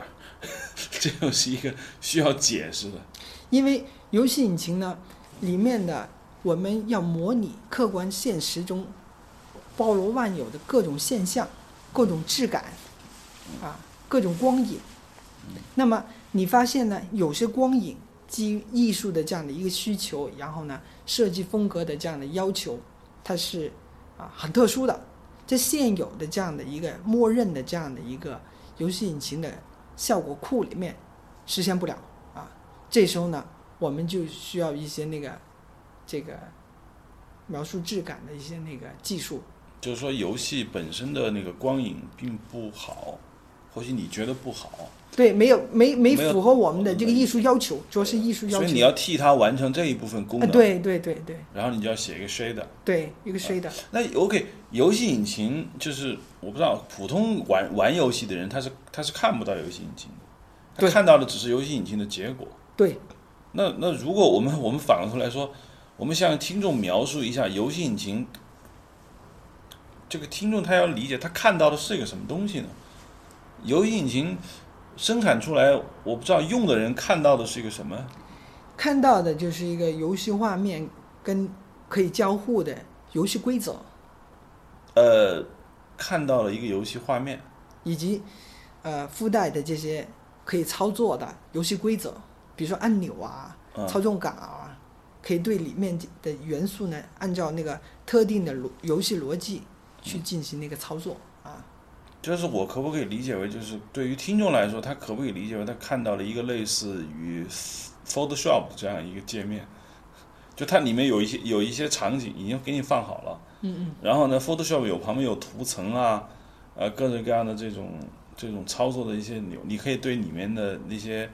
S1: 这又是一个需要解释的。
S2: 因为游戏引擎呢里面的我们要模拟客观现实中包罗万有的各种现象、各种质感啊、各种光影。那么你发现呢，有些光影基于艺术的这样的一个需求，然后呢设计风格的这样的要求，它是啊很特殊的。这现有的这样的一个默认的这样的一个游戏引擎的效果库里面实现不了啊。这时候呢，我们就需要一些那个这个描述质感的一些那个技术。
S1: 就是说，游戏本身的那个光影并不好，或许你觉得不好，
S2: 对，没有没没
S1: 没有
S2: 符合我们的这个艺术要求，主要是艺术要
S1: 所
S2: 求。
S1: 以你要替它完成这一部分功
S2: 啊，
S1: 能，
S2: 对对对对
S1: 然后你就要写一个 shader。
S2: 对，一个 shader，
S1: 那 OK，游戏引擎就是我不知道，普通玩玩游戏的人他是他是看不到游戏引擎的，
S2: 对
S1: 他看到的只是游戏引擎的结果。
S2: 对，
S1: 那那如果我们我们反过头来说，我们向听众描述一下游戏引擎，这个听众他要理解他看到的是一个什么东西呢？游戏引擎生产出来，我不知道用的人看到的是一个什么？
S2: 看到的就是一个游戏画面跟可以交互的游戏规则，
S1: 呃，看到了一个游戏画面，
S2: 以及呃附带的这些可以操作的游戏规纵，比如说按钮啊、
S1: 嗯
S2: 操纵杆啊，可以对里面的元素呢，按照那个特定的逻游戏逻辑
S1: 嗯
S2: 去进行那个操作啊。
S1: 就是我可不可以理解为，就是对于听众来说，他可不可以理解为他看到了一个类似于 Photoshop 这样一个界面？就它里面有一些有一些场景已经给你放好了，
S2: 嗯
S1: 然后呢，Photoshop 有旁边有图层啊，呃，各种各样的这种这种操作的一些钮，你可以对里面的那些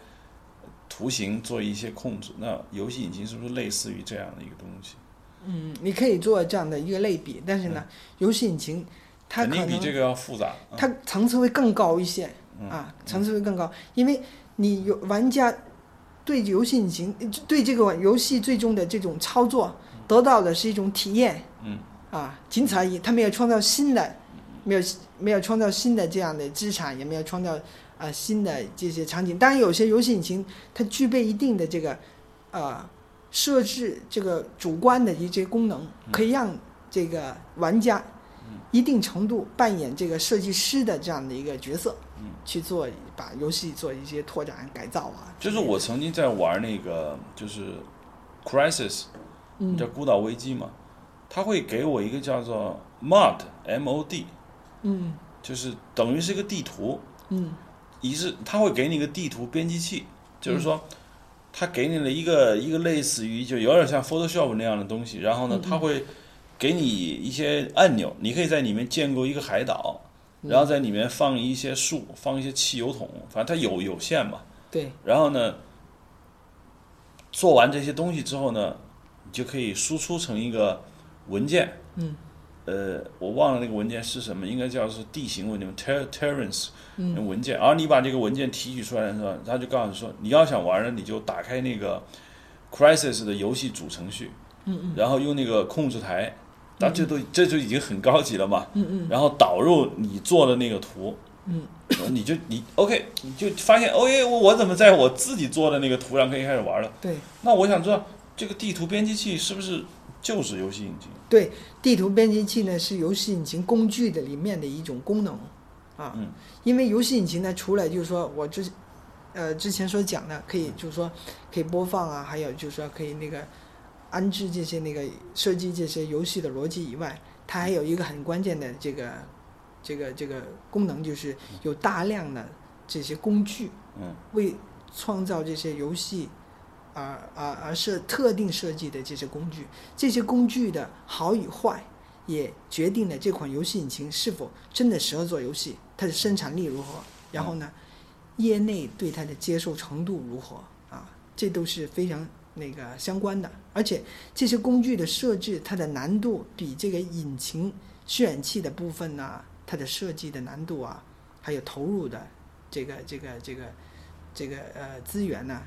S1: 图形做一些控制。那游戏引擎是不是类似于这样的一个东西？
S2: 嗯嗯，你可以做这样的一个类比，但是呢，游戏引擎它
S1: 嗯肯
S2: 可
S1: 定比
S2: 能
S1: 这个要复杂。嗯
S2: 它层次会更高一些啊，层次会更高，因为你有玩家对游戏引擎对这个游戏最终的这种操作得到的是一种体验，
S1: 嗯，
S2: 啊，仅此而已，它没有创造新的，没有没有创造新的这样的资产，也没有创造啊、新的这些场景。当然，有些游戏引擎它具备一定的这个啊设置这个主观的一些功能，
S1: 嗯
S2: 可以让这个玩家一定程度扮演这个设计师的这样的一个角色，
S1: 嗯
S2: 去做把游戏做一些拓展改造啊。
S1: 就是我曾经在玩那个就是 Crisis，
S2: 嗯
S1: 叫孤岛危机嘛，它会给我一个叫做 MOD M O D，
S2: 嗯
S1: 就是等于是一个地图，
S2: 嗯
S1: 一是它会给你一个地图编辑器，就是说，
S2: 嗯
S1: 它给你了一个一个类似于就有点像 Photoshop 那样的东西，然后呢，
S2: 嗯
S1: 它会给你一些按钮，你可以在里面建构一个海岛，
S2: 嗯
S1: 然后在里面放一些树，放一些汽油桶，反正它有有限嘛。
S2: 对
S1: 然后呢，做完这些东西之后呢，你就可以输出成一个文件。
S2: 嗯。
S1: 呃，我忘了那个文件是什么，应该叫是地形文件 （ter terrence） 文件。然后你把这个文件提取出来的时候，他就告诉你说，你要想玩呢，你就打开那个 Crisis 的游戏主程序，嗯嗯，然后用那个控制台，但这都这就已经很高级了嘛，嗯嗯，然后导入你做的那个图，嗯，你就你 OK，你就发现 OK，我我怎么在我自己做的那个图上可以开始玩了？
S2: 对
S1: 那我想知道这个地图编辑器是不是就是游戏引擎？
S2: 对，地图编辑器呢是游戏引擎工具的里面的一种功能啊。
S1: 嗯
S2: 因为游戏引擎呢，除了就是说我之呃之前所讲的，可以就是说可以播放啊，还有就是说可以那个呃安置这些那个设计这些游戏的逻辑以外，它还有一个很关键的这个这个这个功能，就是有大量的这些工具
S1: 嗯
S2: 为创造这些游戏而而而设特定设计的这些工具，这些工具的好与坏，也决定了这款游戏引擎是否真的适合做游戏，它的生产力如何，然后呢，业内对它的接受程度如何啊，这都是非常那个相关的，而且这些工具的设置，它的难度比这个引擎渲染器的部分呢、它的设计的难度啊，还有投入的这个这个这个这个呃资源呢、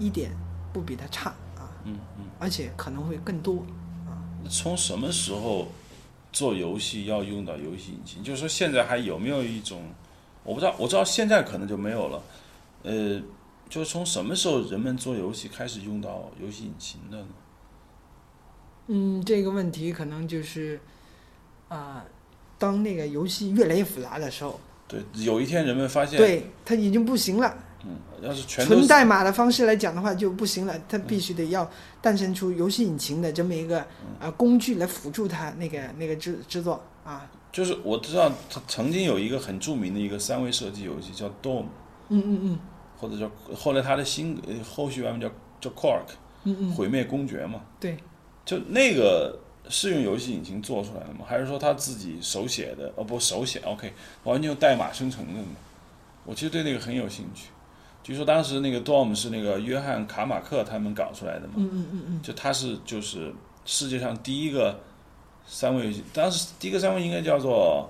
S2: 一点不比它差啊，
S1: 嗯嗯。
S2: 而且可能会更多啊。
S1: 从什么时候做游戏要用到游戏引擎？就是说现在还有没有一种，我不知道，我知道现在可能就没有了。呃，就是从什么时候人们做游戏开始用到游戏引擎的呢？
S2: 嗯，这个问题可能就是啊、当那个游戏越来越复杂的时候，
S1: 对，有一天人们发现，
S2: 对它已经不行了。
S1: 嗯，要是全都
S2: 纯
S1: 是
S2: 代码的方式来讲的话就不行了，它必须得要诞生出游戏引擎的这么一个呃工具来辅助它那个那个制制作啊，
S1: 就是我知道曾曾经有一个很著名的一个三维设计游戏叫 Dom，
S2: 嗯嗯嗯
S1: 或者叫后来它的新呃后续版本叫叫 Quark，
S2: 嗯嗯，
S1: 毁灭公爵嘛。
S2: 对，
S1: 就那个是用游戏引擎做出来的吗？还是说他自己手写的？哦，不，手写 OK，完全用代码生成的呢？我其实对那个很有兴趣。据说当时那个 DOM 是那个约翰卡马克他们搞出来的嘛，
S2: 嗯嗯嗯嗯，
S1: 就他是就是世界上第一个三维游戏，当时第一个三维应该叫做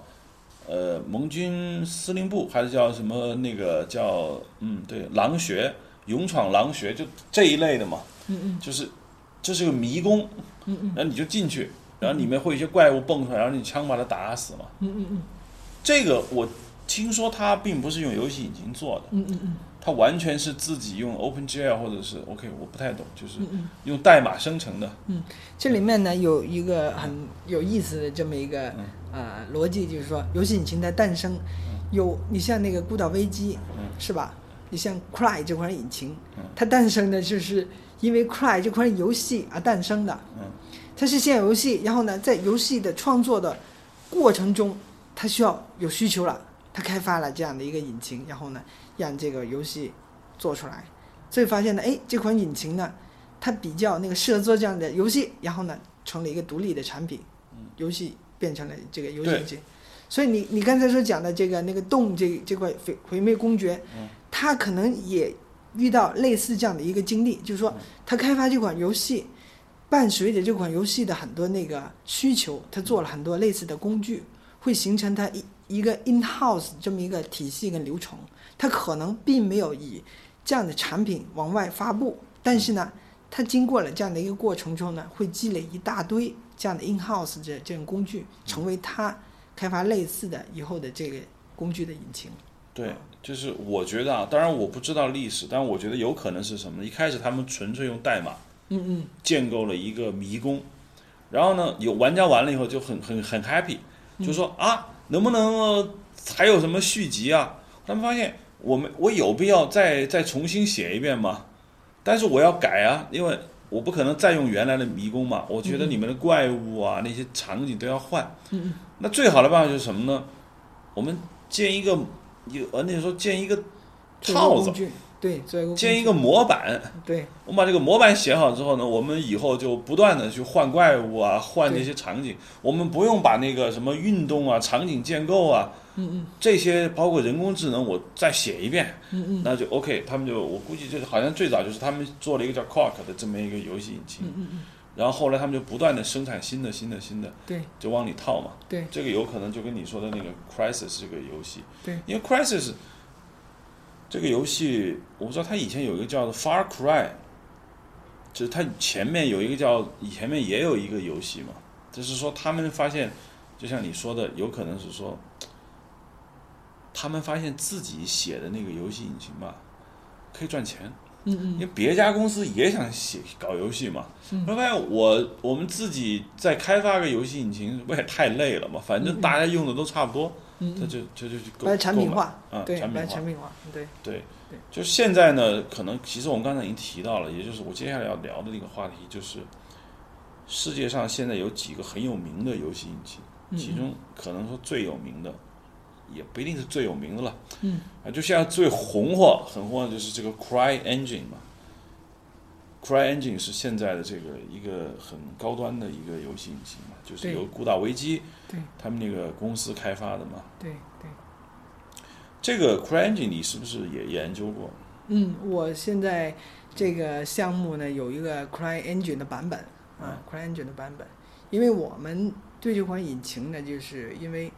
S1: 呃盟军司令部，还是叫什么那个叫嗯对狼穴勇闯狼穴就这一类的嘛，
S2: 嗯嗯
S1: 就是这是个迷宫，
S2: 嗯嗯
S1: 然后你就进去，然后里面会有一些怪物蹦出来，然后你枪把它打死嘛。
S2: 嗯嗯嗯
S1: 这个我听说它并不是用游戏引擎做的，
S2: 嗯嗯嗯
S1: 它完全是自己用 OpenGL 或者是 OK，我不太懂，就是
S2: 嗯嗯，
S1: 用代码生成的。
S2: 这里面呢有一个很有意思的这么一个
S1: 嗯
S2: 呃逻辑，就是说游戏引擎的诞生，有你像那个《孤岛危机》是吧？你像 Cry 这款引擎
S1: 嗯，
S2: 它诞生的就是因为 Cry 这款游戏而诞生的。
S1: 嗯
S2: 它是先有游戏，然后呢，在游戏的创作的过程中，它需要有需求了，它开发了这样的一个引擎，然后呢，让这个游戏做出来。所以发现呢，哎，这款引擎呢，它比较那个适合做这样的游戏，然后呢，成了一个独立的产品，游戏变成了这个游戏
S1: 对
S2: 引擎。所以你你刚才所讲的这个那个洞这这块毁毁灭公爵，他可能也遇到类似这样的一个经历，就是说他开发这款游戏，伴随着这款游戏的很多那个需求，他做了很多类似的工具，会形成他一一个 in house 这么一个体系跟流程。他可能并没有以这样的产品往外发布，但是呢，他经过了这样的一个过程之后呢，会积累一大堆这样的 in house 这这种工具，成为他开发类似的以后的这个工具的引擎。
S1: 对，就是我觉得啊，当然我不知道历史，但我觉得有可能是什么呢？一开始他们纯粹用代码
S2: 嗯嗯
S1: 建构了一个迷宫，然后呢，有玩家玩了以后就很很很 happy，就
S2: 嗯
S1: 说、啊，能不能呃还有什么续集啊？他们发现我们我有必要再再重新写一遍吗？但是我要改啊，因为我不可能再用原来的迷宫嘛。我觉得里面的怪物啊，那些场景都要换。
S2: 嗯嗯
S1: 那最好的办法就是什么呢？我们建一个有呃那时候建一个
S2: 做一个
S1: 套
S2: 工
S1: 子，
S2: 具，对，做一个工
S1: 建一
S2: 具，
S1: 个模板，
S2: 对，
S1: 我们把这个模板写好之后呢，我们以后就不断的去换怪物啊，换这些场景，我们不用把那个什么运动啊、场景建构啊
S2: 嗯
S1: 这些，包括人工智能，我再写一遍，
S2: 嗯嗯
S1: 那就 OK。他们就我估计就是好像最早就是他们做了一个叫 Quark 的这么一个游戏引擎，
S2: 嗯嗯嗯，
S1: 然后后来他们就不断的生产新的、新的、新的，
S2: 对
S1: 就往里套嘛。
S2: 对
S1: 这个有可能就跟你说的那个 Crisis 这个游戏，
S2: 对，
S1: 因为 Crisis 这个游戏，我不知道它以前有一个叫做 Far Cry，就是它前面有一个叫，以前面也有一个游戏嘛，就是说他们发现，就像你说的，有可能是说，他们发现自己写的那个游戏引擎吧，可以赚钱。
S2: 嗯
S1: 因
S2: 嗯
S1: 为别家公司也想写搞游戏嘛，
S2: 嗯
S1: 后来我我们自己再开发个游戏引擎，不也太累了嘛？反正大家用的都差不多，
S2: 嗯
S1: 他
S2: 嗯，
S1: 就就就去购
S2: 把它产品化，
S1: 购买啊，
S2: 对，
S1: 产
S2: 把它
S1: 品
S2: 产
S1: 化，
S2: 品化，对，
S1: 对
S2: 对。
S1: 就现在呢，可能其实我们刚才已经提到了，也就是我接下来要聊的那个话题，就是世界上现在有几个很有名的游戏引擎，
S2: 嗯
S1: 其中可能说最有名的，也不一定是最有名的了，
S2: 嗯
S1: 啊，就现在最红火、很红的就是这个 Cry Engine 嘛。Cry Engine 是现在的这个一个很高端的一个游戏引擎嘛，就是
S2: 对
S1: 由《孤岛危机》
S2: 对
S1: 他们那个公司开发的嘛。
S2: 对对，
S1: 这个 Cry Engine 你是不是也研究过？
S2: 嗯，我现在这个项目呢有一个 CryEngine 的版本啊、c r y e n g i n e 的版本，因为我们对这款引擎呢，就是因为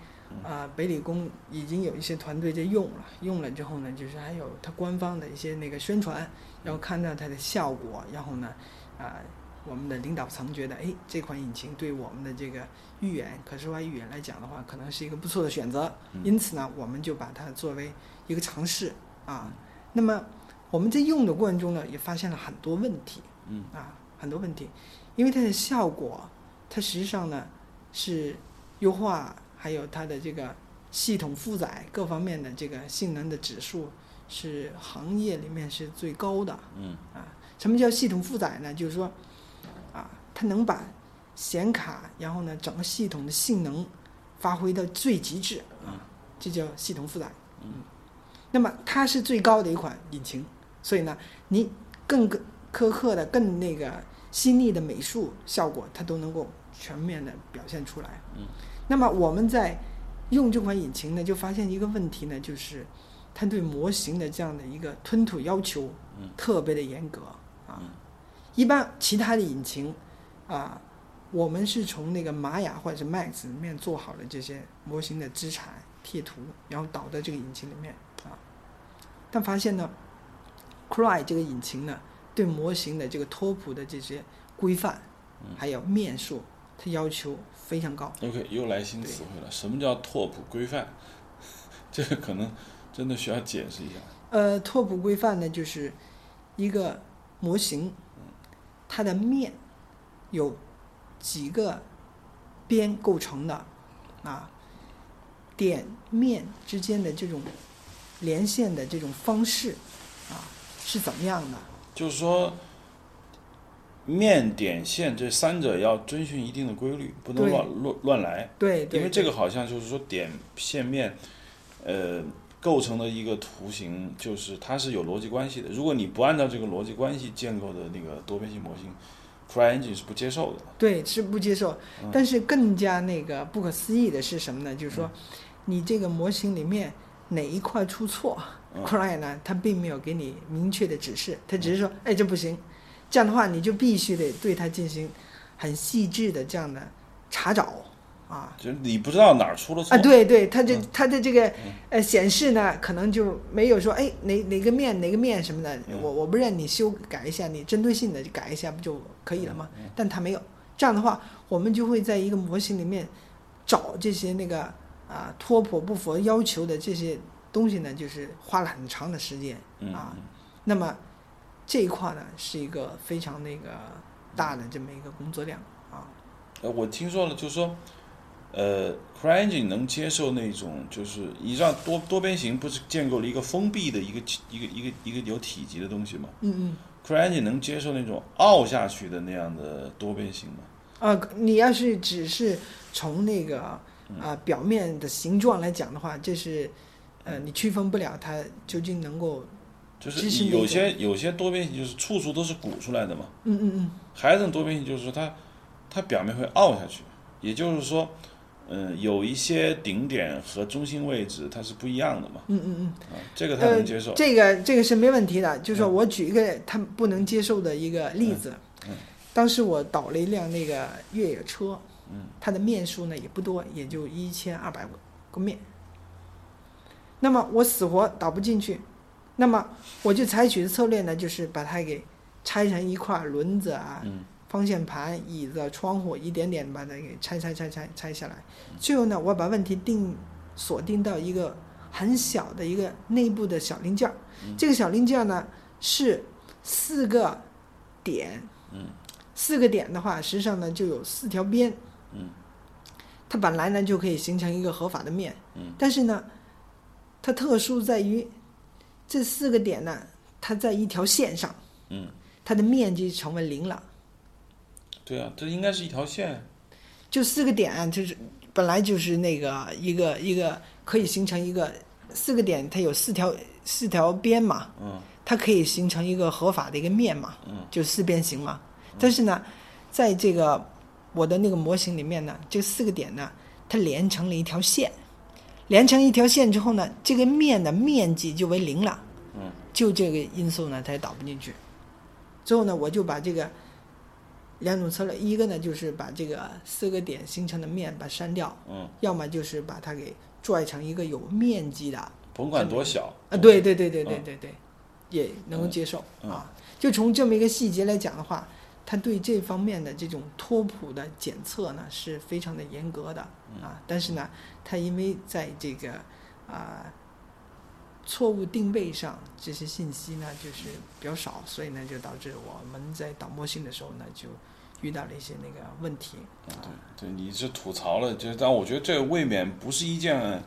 S2: 啊、北理工已经有一些团队在用了，用了之后呢，就是还有它官方的一些那个宣传，然后看到它的效果，然后呢，啊、我们的领导层觉得，哎，这款引擎对我们的这个预言可视化预言来讲的话，可能是一个不错的选择。
S1: 嗯
S2: 因此呢，我们就把它作为一个尝试啊。那么我们在用的过程中呢，也发现了很多问题
S1: 嗯
S2: 啊，很多问题，因为它的效果，它实际上呢是优化，还有它的这个系统负载各方面的这个性能的指数是行业里面是最高的。
S1: 嗯
S2: 啊，什么叫系统负载呢？就是说，啊，它能把显卡，然后呢，整个系统的性能发挥到最极致
S1: 嗯
S2: 啊，这叫系统负载。嗯，那么它是最高的一款引擎，所以呢，你更个苛刻的、更那个细腻的美术效果，它都能够全面的表现出来。
S1: 嗯，
S2: 那么我们在用这款引擎呢，就发现一个问题呢，就是它对模型的这样的一个吞吐要求
S1: 嗯
S2: 特别的严格啊
S1: 嗯。
S2: 一般其他的引擎啊，我们是从那个玛雅或者是 Max 里面做好了这些模型的资产贴图，然后导到这个引擎里面啊。但发现呢，Cry 这个引擎呢，对模型的这个拓扑的这些规范
S1: 嗯，
S2: 还有面数，它要求非常高。
S1: ，OK，又来新词汇了。什么叫拓扑规范？ <laughs> 这个可能真的需要解释一下。
S2: 呃，拓扑规范呢，就是一个模型，它的面有几个边构成的啊，点面之间的这种连线的这种方式啊是怎么样的？
S1: 就是说，面点线这三者要遵循一定的规律，不能
S2: 对
S1: 乱乱乱来。
S2: 对对，
S1: 因为这
S2: 个
S1: 个好像就是说点线面，呃，构成的一个图形，就是它是有逻辑关系的。如果你不按照这个逻辑关系建构的那个多边形模型，CryEngine 是不接受的。
S2: 对是不接受，
S1: 嗯
S2: 但是更加那个不可思议的是什么呢？就是说，你这个模型里面哪一块出错？
S1: 嗯
S2: Cry 呢，它并没有给你明确的指示，它只是说，哎，这不行，这样的话你就必须得对它进行很细致的这样的查找啊
S1: 就是你不知道哪儿出了错。
S2: 啊，对对，它这
S1: 嗯
S2: 它的这个呃显示呢，可能就没有说，哎，哪哪个面哪个面什么的，
S1: 嗯
S2: 我我不认，你修改一下，你针对性的改一下不就可
S1: 嗯
S2: 以了吗？但它没有，这样的话，我们就会在一个模型里面找这些那个啊脱坡不符合要求的这些东西呢，就是花了很长的时间。
S1: 嗯，
S2: 啊
S1: 嗯
S2: 那么这一块呢，是一个非常那个大的这么一个工作量啊。
S1: 呃，我听说了，就是说，呃，CryEngine 能接受那种，就是你让多多边形不是建构了一个封闭的一个一个一个一个有体积的东西吗
S2: 嗯
S1: ？CryEngine 能接受那种凹下去的那样的多边形吗？
S2: 嗯，啊，你要是只是从那个啊、表面的形状来讲的话，这是呃你区分不了它究竟能够
S1: 就是
S2: 其实
S1: 你
S2: 那
S1: 有些有些多边形就是处处都是鼓出来的嘛，
S2: 嗯嗯嗯
S1: 还有一种多边形就是说它它表面会凹下去，也就是说，嗯，有一些顶点和中心位置它是不一样的嘛，
S2: 嗯嗯嗯，
S1: 啊，这个他能接受，嗯
S2: 这个这个是没问题的。就是说我举一个他们不能接受的一个例子，
S1: 嗯嗯
S2: 当时我倒了一辆那个越野车，
S1: 嗯
S2: 它的面数呢也不多，也就一千二百个面。那么我死活倒不进去，那么我就采取的策略呢，就是把它给拆成一块儿轮子啊、
S1: 嗯
S2: 方向盘、椅子、窗户，一点点地把它给拆拆拆拆拆下来。
S1: 嗯
S2: 最后呢，我把问题定锁定到一个很小的一个内部的小零件儿。
S1: 嗯
S2: 这个小零件儿呢是四个点，
S1: 嗯
S2: 四个点的话，实际上呢就有四条边，
S1: 嗯
S2: 它本来呢就可以形成一个合法的面，
S1: 嗯
S2: 但是呢，它特殊在于这四个点呢，它在一条线上，
S1: 嗯，
S2: 它的面积成为零了。
S1: 对啊，这应该是一条线，
S2: 就四个点啊就是本来就是那个一个一个可以形成一个四个点，它有四条四条边嘛，
S1: 嗯
S2: 它可以形成一个合法的一个面嘛，
S1: 嗯
S2: 就四边形嘛。但是呢，在这个我的那个模型里面呢，这四个点呢，它连成了一条线，连成一条线之后呢，这个面的面积就为零了。
S1: 嗯
S2: 就这个因素呢，它也导不进去。最后呢，我就把这个两种策略，一个呢就是把这个四个点形成的面把它删掉，
S1: 嗯，
S2: 要么就是把它给拽成一个有面积的
S1: 甭管多小
S2: 啊，对，对对对对
S1: 嗯
S2: 对对，也能够接受、
S1: 嗯
S2: 啊。就从这么一个细节来讲的话，他对这方面的这种拓扑的检测呢是非常的严格的
S1: 嗯
S2: 啊。但是呢，他因为在这个啊、错误定位上这些信息呢就是比较少，所以呢就导致我们在导模型的时候呢就遇到了一些那个问题
S1: 嗯
S2: 啊。
S1: 对，对你是吐槽了，就是但我觉得这未免不是一件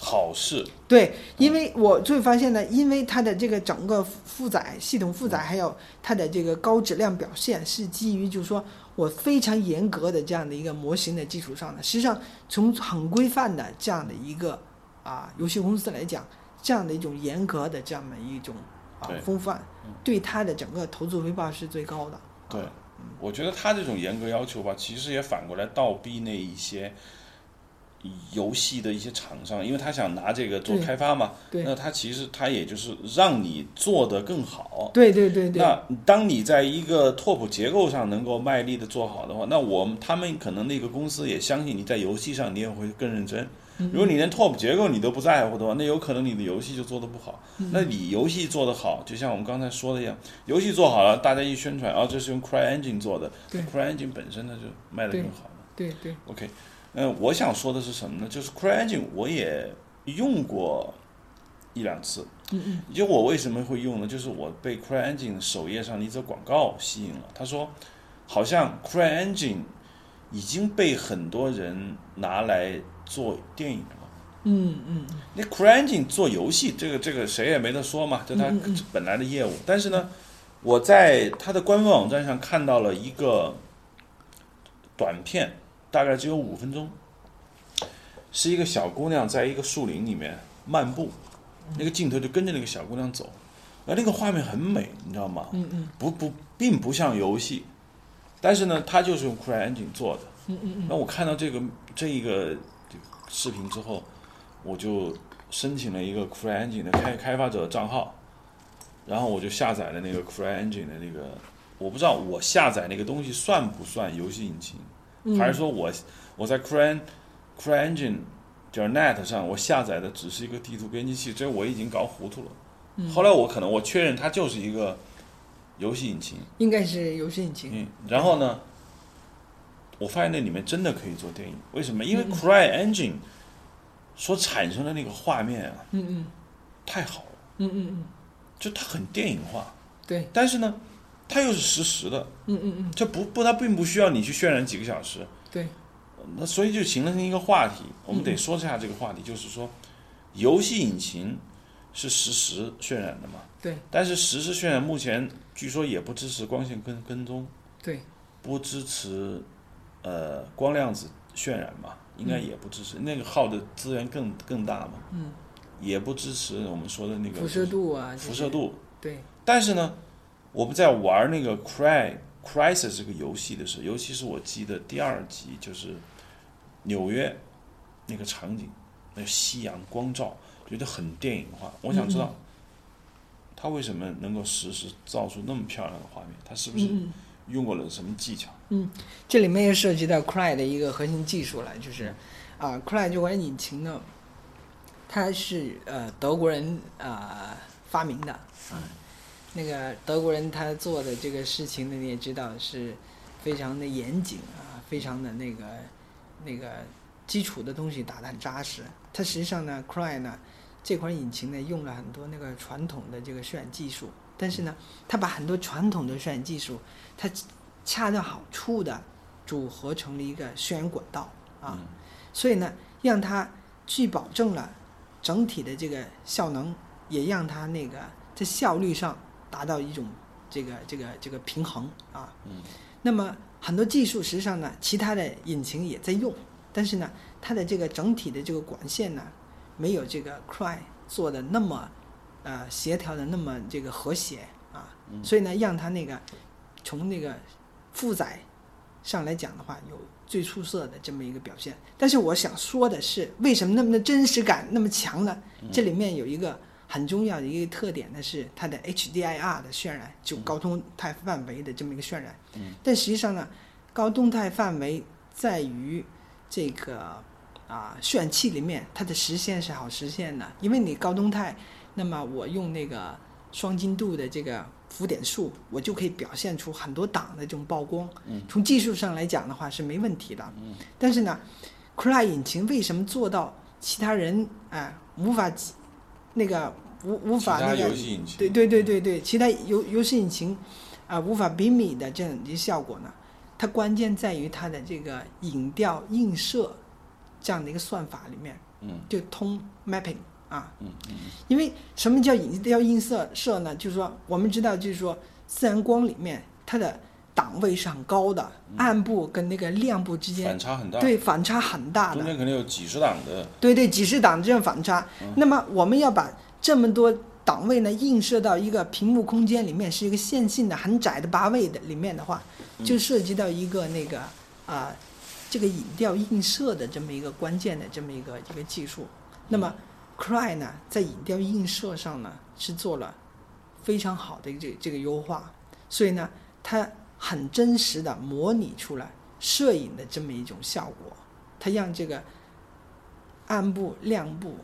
S1: 好事，
S2: 对，因为我就会发现呢，因为它的这个整个负载系统负载，还有它的这个高质量表现，是基于就是说我非常严格的这样的一个模型的基础上的。实际上，从很规范的这样的一个啊游戏公司来讲，这样的一种严格的这样的一种啊
S1: 对
S2: 风范，对它的整个投资回报是最高的。
S1: 对，
S2: 嗯
S1: 我觉得他这种严格要求吧，其实也反过来倒逼那一些游戏的一些厂商，因为他想拿这个做
S2: 对
S1: 开发嘛。
S2: 对
S1: 那他其实他也就是让你做得更好。
S2: 对对对对，
S1: 那当你在一个拓扑结构上能够卖力的做好的话，那我们他们可能那个公司也相信你在游戏上你也会更认真。
S2: 嗯
S1: 如果你连拓扑结构你都不在乎的话，那有可能你的游戏就做得不好。
S2: 嗯
S1: 那你游戏做得好，就像我们刚才说的一样，游戏做好了，大家一宣传，啊，这是用 CryEngine 做的
S2: 对
S1: ，CryEngine 本身它就卖得更好了。
S2: 对对
S1: OK，呃，我想说的是什么呢？就是 CryEngine 我也用过一两次。
S2: 嗯嗯
S1: 就我为什么会用呢？就是我被 CryEngine 首页上的一则广告吸引了。他说，好像 CryEngine 已经被很多人拿来做电影了。
S2: 嗯嗯嗯，
S1: 那 CryEngine 做游戏，这个这个谁也没得说嘛，这它
S2: 嗯嗯嗯
S1: 本来的业务。但是呢，我在它的官方网站上看到了一个短片，大概只有五分钟，是一个小姑娘在一个树林里面漫步，
S2: 嗯
S1: 那个镜头就跟着那个小姑娘走，而那个画面很美，你知道吗？
S2: 嗯嗯
S1: 不不，并不像游戏，但是呢，它就是用 CryEngine 做的。
S2: 嗯嗯嗯，
S1: 那我看到这个这一个这个视频之后，我就申请了一个 CryEngine 的开开发者账号，然后我就下载了那个 CryEngine 的那个，我不知道我下载那个东西算不算游戏引擎，
S2: 嗯
S1: 还是说我我在 Cry CryEngine 就是 Net 上我下载的只是一个地图编辑器，这我已经搞糊涂了。
S2: 嗯
S1: 后来我可能我确认它就是一个游戏引擎，
S2: 应该是游戏引擎。
S1: 嗯，然后呢，我发现那里面真的可以做电影，为什么？因为
S2: 嗯
S1: CryEngine 所产生的那个画面啊，
S2: 嗯嗯
S1: 太好了，
S2: 嗯嗯嗯，
S1: 就它很电影化，
S2: 对，
S1: 但是呢，它又是实时的，
S2: 嗯嗯嗯，
S1: 这不不，它并不需要你去渲染几个小时，
S2: 对。
S1: 那所以就形成一个话题，我们
S2: 嗯
S1: 得说一下这个话题，就是说，游戏引擎是实时渲染的嘛，
S2: 对，
S1: 但是实时渲染目前据说也不支持光线跟跟踪。
S2: 对，
S1: 不支持呃光量子渲染嘛，应该也不支持，那个耗的资源更更大嘛，
S2: 嗯，
S1: 也不支持我们说的那个
S2: 辐射度啊，
S1: 辐
S2: 这
S1: 射
S2: 些，
S1: 度。
S2: 对，
S1: 但是呢，我们在玩那个 Cry Crisis 这个游戏的时候，尤其是我记得第二集就是纽约那个场景，那夕阳光照，觉得很电影化。我想知
S2: 嗯
S1: 道。它为什么能够实时造出那么漂亮的画面？它是不是
S2: 嗯
S1: 用过了什么技巧？
S2: 嗯，这里面也涉及到 Cry 的一个核心技术了，就是啊，Cry 这款引擎呢，它是呃德国人啊、发明的，啊，那个德国人他做的这个事情呢，你也知道是非常的严谨啊，非常的那个那个基础的东西打得很扎实。它实际上呢，Cry 呢这款引擎呢用了很多那个传统的这个渲染技术，但是呢，它把很多传统的渲染技术，它恰到好处的组合成了一个渲染管道啊，
S1: 嗯
S2: 所以呢，让它既保证了整体的这个效能，也让它那个在效率上达到一种这个这个这个平衡啊。
S1: 嗯
S2: 那么很多技术实际上呢，其他的引擎也在用，但是呢，它的这个整体的这个管线呢，没有这个 Cry 做的那么呃协调的那么这个和谐啊，
S1: 嗯
S2: 所以呢，让它那个从那个负载上来讲的话，有最出色的这么一个表现。但是我想说的是，为什么那么的真实感那么强呢？这里面有一个很重要的一个特点呢是它的 HDIR 的渲染，就高动态范围的这么一个渲染。
S1: 嗯。
S2: 但实际上呢，高动态范围在于这个啊渲染器里面它的实现是好实现的，因为你高动态，那么我用那个双精度的这个浮点数，我就可以表现出很多档的这种曝光。
S1: 嗯。
S2: 从技术上来讲的话是没问题的。嗯。但是呢，Cry 引擎为什么做到其他人哎、无法那个无无法
S3: 其
S2: 那
S3: 他
S2: 个
S3: 游戏引擎
S2: 对对对对对，其他游游戏引擎啊、无法比拟的这样一效果呢，它关键在于它的这个影调映射这样的一个算法里面，
S1: 嗯，
S2: 就通 mapping 啊，
S1: 嗯
S2: 因为什么叫影调映射射呢？就是说我们知道，就是说自然光里面它的档位是很高的，
S1: 嗯
S2: 暗部跟那个亮部之间
S3: 反差很大，
S2: 对反差很大的
S3: 中，间可能有几十档的，
S2: 对对，几十档这样反差。那么我们要把这么多档位呢映射到一个屏幕空间里面，是一个线性的很窄的八位的里面的话，就涉及到一个那个啊、这个影调映射的这么一个关键的这么一个一个技术。那么 Cry 呢，在影调映射上呢是做了非常好的这这个优化，所以呢，它很真实的模拟出来摄影的这么一种效果，它让这个暗部、亮部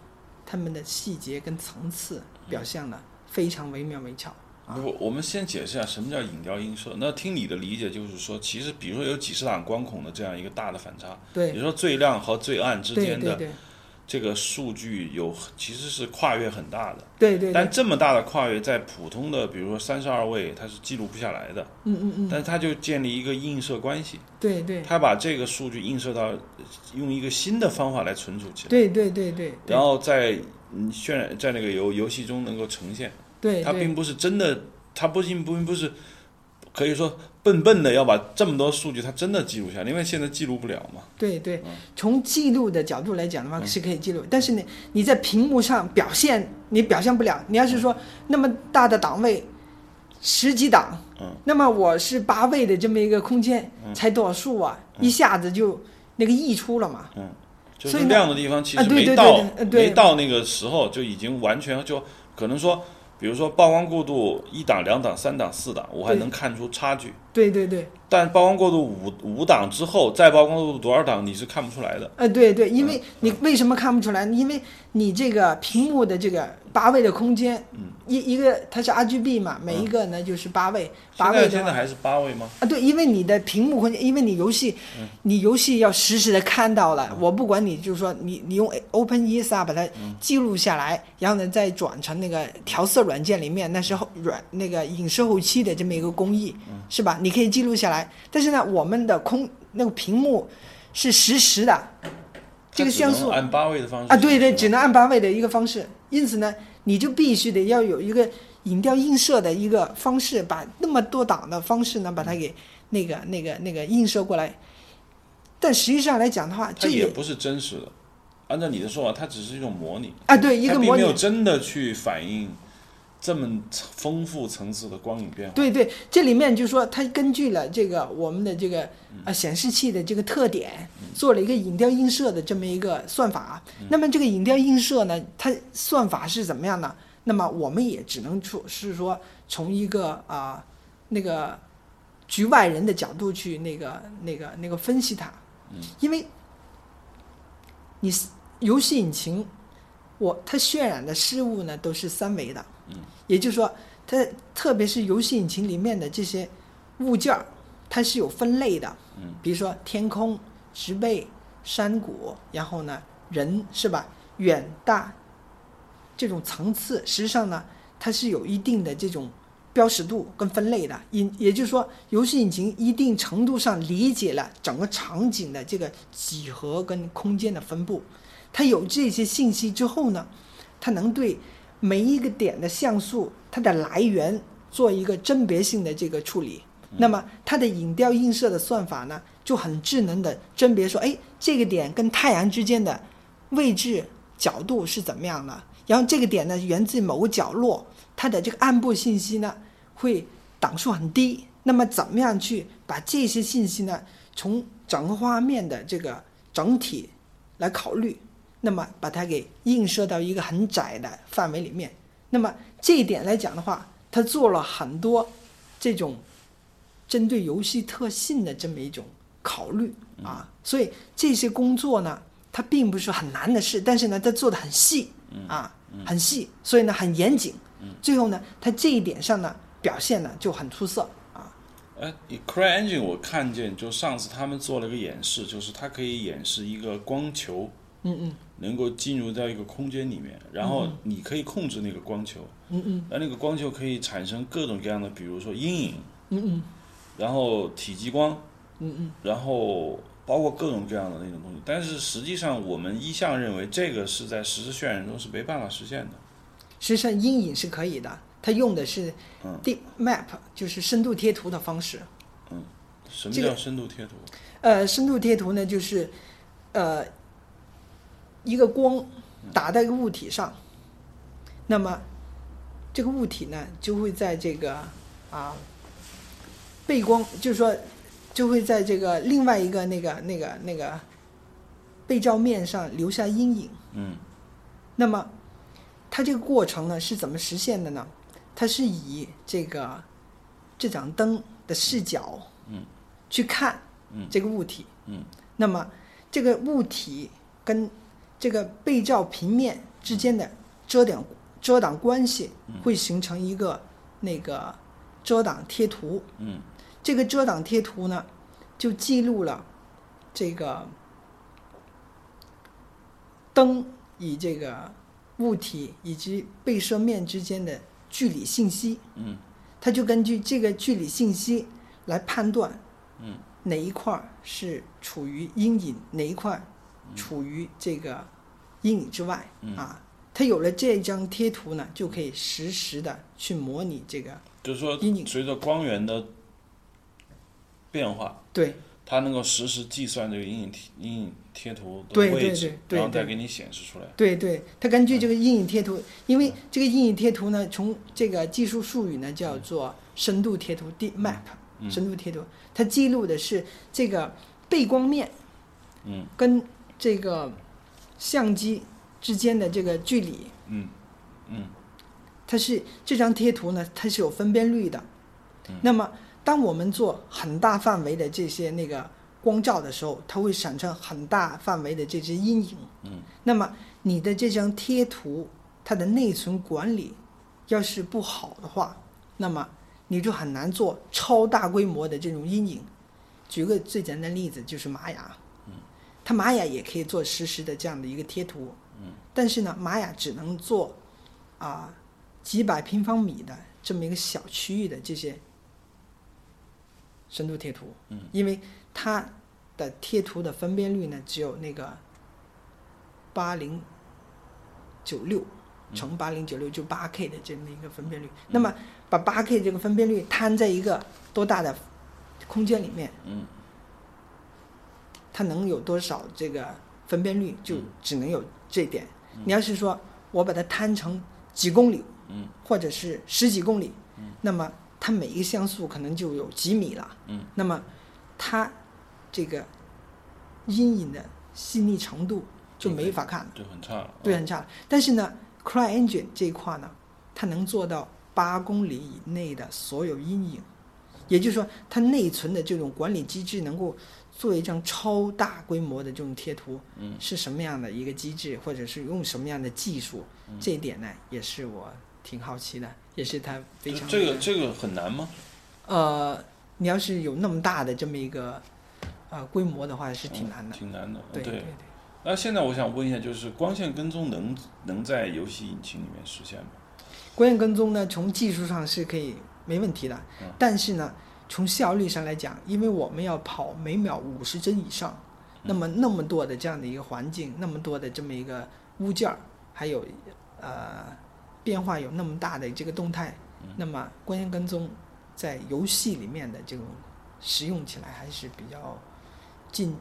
S2: 它们的细节跟层次
S1: 嗯
S2: 表现的非常惟妙惟肖。啊
S1: 不，我们先解释一下什么叫影调映射。那听你的理解就是说，其实比如说有几十档光孔的这样一个大的反差，也
S2: 对，
S1: 就是说最亮和最暗之
S2: 对
S1: 间
S2: 对
S1: 的
S2: 对
S1: 这个数据有其实是跨越很大的。
S2: 对对
S1: 但
S2: 对，
S1: 这么大的跨越，在普通的比如说三十二位，它是记录不下来的。
S2: 嗯嗯嗯，
S1: 但它就建立一个映射关系，
S2: 对对
S1: 它把这个数据映射到用一个新的方法来存储起来，
S2: 对对对对，
S1: 然后在嗯渲染在那个游游戏中能够呈现。
S2: 对
S1: 它并
S2: 对
S1: 不是真的，它不仅不不是可以说笨笨的要把这么多数据它真的记录下来，因为现在记录不了嘛。
S2: 对对，
S1: 嗯
S2: 从记录的角度来讲的话是可以记录，但是你你在屏幕上表现你表现不了，你要是
S1: 嗯
S2: 说那么大的档位。十几档，
S1: 嗯，
S2: 那么我是八位的这么一个空间，才多少数啊？
S1: 嗯
S2: 一下子就那个溢出了嘛，
S1: 就
S2: 所
S1: 是
S2: 以呢
S1: 亮的地方其
S2: 啊
S1: 实
S2: 对
S1: 没
S2: 对
S1: 到
S2: 对对呃对
S1: 没到那个时候就已经完全就可能说，比如说曝光过度一档、两档、三档、四档，我还
S2: 对
S1: 能看出差距。
S2: 对对对，
S1: 但曝光过度五五档之后，再曝光过度多少档你是看不出来的。
S2: 呃，对对，
S1: 嗯
S2: 因为你为什么看不出来？因为你这个屏幕的这个八位的空间，
S1: 嗯
S2: 一一个它是 RGB 嘛，每一个呢就是八位，
S1: 现
S2: 八位
S1: 在
S2: 的
S1: 现在
S2: 话
S1: 还是八位吗？
S2: 啊，对，因为你的屏幕空间，因为你游戏，
S1: 嗯
S2: 你游戏要实时的看到了，我不管你就是说你你用 Open ESR 把它
S1: 嗯
S2: 记录下来，然后呢再转成那个调色软件里面，那是后软那个影视后期的这么一个工艺，
S1: 嗯
S2: 是吧？你可以记录下来，但是呢，我们的空那个屏幕是实时的，这个
S1: 它只能
S2: 像素
S1: 按八位的方式
S2: 啊，对对，只
S1: 是吧
S2: 能按八位的一个方式。因此呢，你就必须得要有一个影调映射的一个方式，把那么多档的方式呢，把它给那个那个那个映射过来。但实际上来讲的话，
S1: 它
S2: 这
S1: 也不是真实的。按照你的说法，它只是一种模拟。
S2: 啊，对一
S1: 它
S2: 个
S1: 并
S2: 模
S1: 没有
S2: 拟，
S1: 真的去反映这么丰富层次的光影变化。
S2: 对对，这里面就说它根据了这个我们的这个呃显示器的这个特点，做了一个影调映射的这么一个算法。啊那么这个影调映射呢，它算法是怎么样呢？那么我们也只能说是说从一个啊、那个局外人的角度去那个那个那个分析它，因为你是游戏引擎，我它渲染的事物呢都是三维的，也就是说，它特别是游戏引擎里面的这些物件儿，它是有分类的，比如说天空、植被、山谷，然后呢人是吧？远大这种层次，实际上呢，它是有一定的这种标识度跟分类的。也也就是说，游戏引擎一定程度上理解了整个场景的这个几何跟空间的分布。它有这些信息之后呢，它能对每一个点的像素它的来源做一个甄别性的这个处理。那么它的影调映射的算法呢，就很智能的甄别说，哎，这个点跟太阳之间的位置角度是怎么样的，然后这个点呢源自某个角落，它的这个暗部信息呢会档数很低。那么怎么样去把这些信息呢，从整个画面的这个整体来考虑，那么把它给映射到一个很窄的范围里面，那么这一点来讲的话，他做了很多这种针对游戏特性的这么一种考虑啊，所以这些工作呢，它并不是很难的事，但是呢，它做的很细啊，很细，所以呢很严谨。最后呢，他这一点上呢表现呢就很出色啊。
S1: 哎，CryEngine 我看见，就上次他们做了个演示，就是它可以演示一个光球，
S2: 嗯嗯
S1: 能够进入到一个空间里面，然后你可以控制那个光球，
S2: 嗯嗯
S1: 那那个光球可以产生各种各样的，比如说阴影，
S2: 嗯嗯
S1: 然后体积光，
S2: 嗯嗯，
S1: 然后包括各种各样的那种东西。但是实际上，我们一向认为这个是在实时渲染中是没办法实现的。
S2: 实际上阴影是可以的，它用的是
S1: 嗯
S2: Deep Map，就是深度贴图的方式。
S1: 什么
S2: 这个
S1: 叫深度贴图？
S2: 呃，深度贴图呢，就是呃一个光打在一个物体上，那么这个物体呢就会在这个啊背光，就是说就会在这个另外一个那个那个那个被照面上留下阴影。
S1: 嗯
S2: 那么它这个过程呢是怎么实现的呢？它是以这个这盏灯的视角，
S1: 嗯，
S2: 去看
S1: 嗯
S2: 这个物体，
S1: 嗯
S2: 那么这个物体跟这个被照平面之间的遮挡遮挡关系
S1: 嗯
S2: 会形成一个那个遮挡贴图。
S1: 嗯
S2: 这个遮挡贴图呢，就记录了这个灯与这个物体以及被摄面之间的距离信息。
S1: 嗯
S2: 它就根据这个距离信息来判断
S1: 嗯
S2: 哪一块儿是处于阴影，哪一块儿处于这个阴影之外
S1: 嗯
S2: 啊。它有了这张贴图呢，就可以实时的去模拟这个
S1: 就是说
S2: 阴影
S1: 随着光源的变化，
S2: 对
S1: 它能够实时计算这个阴影贴阴影贴图的
S2: 对对
S1: 位置，
S2: 对对
S1: 然后再
S2: 对
S1: 给你显示出来。
S2: 对对，它根据这个阴影贴
S1: 嗯
S2: 图，因为这个阴影贴图呢，从这个技术术语呢叫做深度贴图 （deep map），、
S1: 嗯
S2: 深度贴图，它记录的是这个背光面
S1: 嗯
S2: 跟这个相机之间的这个距离，
S1: 嗯嗯
S2: 它是这张贴图呢，它是有分辨率的。
S1: 嗯
S2: 那么，当我们做很大范围的这些那个光照的时候，它会产生很大范围的这些阴影。
S1: 嗯
S2: 那么，你的这张贴图它的内存管理要是不好的话，那么你就很难做超大规模的这种阴影。举个最简单的例子，就是玛雅，它玛雅也可以做实时的这样的一个贴图，但是呢，玛雅只能做啊、几百平方米的这么一个小区域的这些深度贴图，
S1: 嗯
S2: 因为它的贴图的分辨率呢只有那个八零九六乘八零九六就八 K 的这么一个分辨率，那么把八 K 这个分辨率摊在一个多大的空间里面，
S1: 嗯
S2: 它能有多少这个分辨率，就只能有这点。你要是说我把它摊成几公里，
S1: 嗯
S2: 或者是十几公里，那么它每一个像素可能就有几米了，
S1: 嗯
S2: 那么它这个阴影的细腻程度就没法看了，
S1: 就很差了。啊
S2: 对，很差了。但是呢，CryEngine 这一块呢，它能做到八公里以内的所有阴影，也就是说，它内存的这种管理机制能够做一张超大规模的这种贴图，
S1: 嗯
S2: 是什么样的一个机制，或者是用什么样的技术，这一点呢，也是我挺好奇的，也是它非
S1: 这
S2: 常
S1: 这个这个很难吗？
S2: 呃，你要是有那么大的这么一个呃规模的话，是挺难
S1: 嗯
S2: 的。
S1: 挺难的。
S2: 对对。
S1: 那现在我想问一下，就是光线跟踪能能在游戏引擎里面实现吗？
S2: 光线跟踪呢，从技术上是可以没问题的，
S1: 嗯
S2: 但是呢，从效率上来讲，因为我们要跑每秒五十帧以上，那么那么多的这样的一个环境，那么多的这么一个物件儿，还有呃变化有那么大的这个动态，那么光线跟踪在游戏里面的这种使用起来还是比较近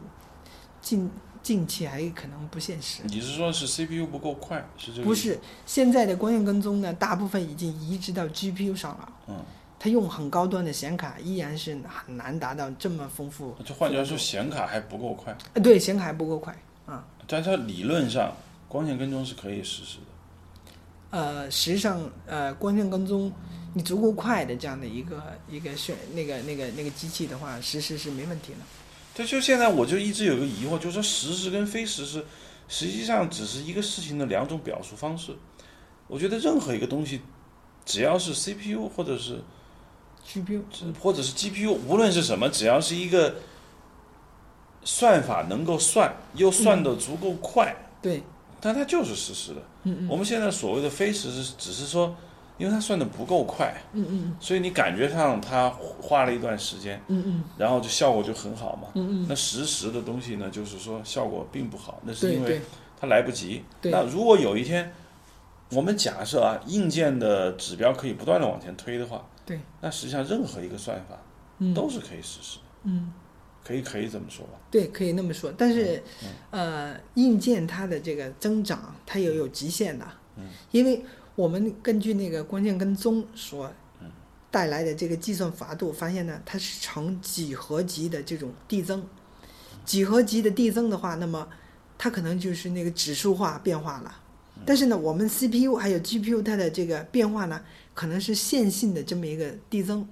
S2: 近近期还可能不现实。
S1: 你是说是 CPU 不够快，是这个？
S2: 不，是，现在的光线跟踪呢，大部分已经移植到 GPU 上了。
S1: 嗯，
S2: 它用很高端的显卡，依然是很难达到这么丰富。
S1: 就换句话说，显卡还不够快，
S2: 呃，对，显卡还不够快啊。
S1: 但它理论上光线跟踪是可以实时的。
S2: 呃时尚呃光线跟踪你足够快的这样的一个一个选那个那个那个机器的话，实时是没问题的。
S1: 对，就现在我就一直有个疑惑，就是说实时跟非实时，实际上只是一个事情的两种表述方式。我觉得任何一个东西，只要是 CPU 或者是
S2: GPU
S1: 或者是 GPU，无论是什么，只要是一个算法能够算，又算得足够快，
S2: 对，
S1: 但它就是实时的。
S2: 嗯嗯
S1: 我们现在所谓的非实时，只是说，因为它算得不够快，
S2: 嗯嗯
S1: 所以你感觉上它花了一段时间，
S2: 嗯嗯
S1: 然后就效果就很好嘛。
S2: 嗯嗯，
S1: 那实时的东西呢，就是说效果并不好，那是
S2: 对
S1: 因为
S2: 对
S1: 它来不及。
S2: 对
S1: 那如果有一天，我们假设啊，硬件的指标可以不断的往前推的话，
S2: 对，
S1: 那实际上任何一个算法
S2: 嗯
S1: 都是可以实时的，
S2: 嗯。
S1: 可以可以这么说吧？
S2: 对，可以那么说，但是，呃，硬件它的这个增长，它也有极限的，
S1: 嗯，
S2: 因为我们根据那个光线跟踪所带来的这个计算法度，发现呢，它是呈几何级的这种递增，几何级的递增的话，那么它可能就是那个指数化变化了，但是呢，我们 CPU 还有 GPU 它的这个变化呢，可能是线性的这么一个递增，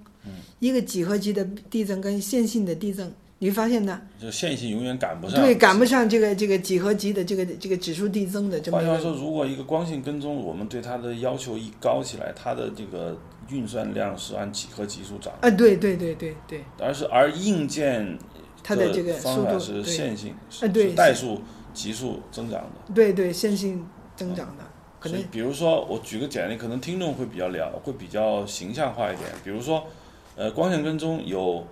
S2: 一个几何级的递增跟线性的递增，你会发现呢。
S1: 就线性永远赶不上。
S2: 对，赶不上这个这个几何级的这个这个指数递增的这么
S1: 换
S2: 一
S1: 句话
S2: 个，
S1: 说，如果一个光线跟踪，我们对它的要求一高起来，它的这个运算量是按几何级数涨，
S2: 啊，对对对对对，
S1: 而是而硬件
S2: 它的这个
S1: 方
S2: 速
S1: 法
S2: 度
S1: 是
S2: 对
S1: 线性，是
S2: 啊对
S1: 是代数级数增长的。
S2: 对对线性增长的，可
S1: 所以
S2: 能，
S1: 比如说，我举个简单，可能听众会比较了，会比较形象化一点。比如说，呃，光线跟踪有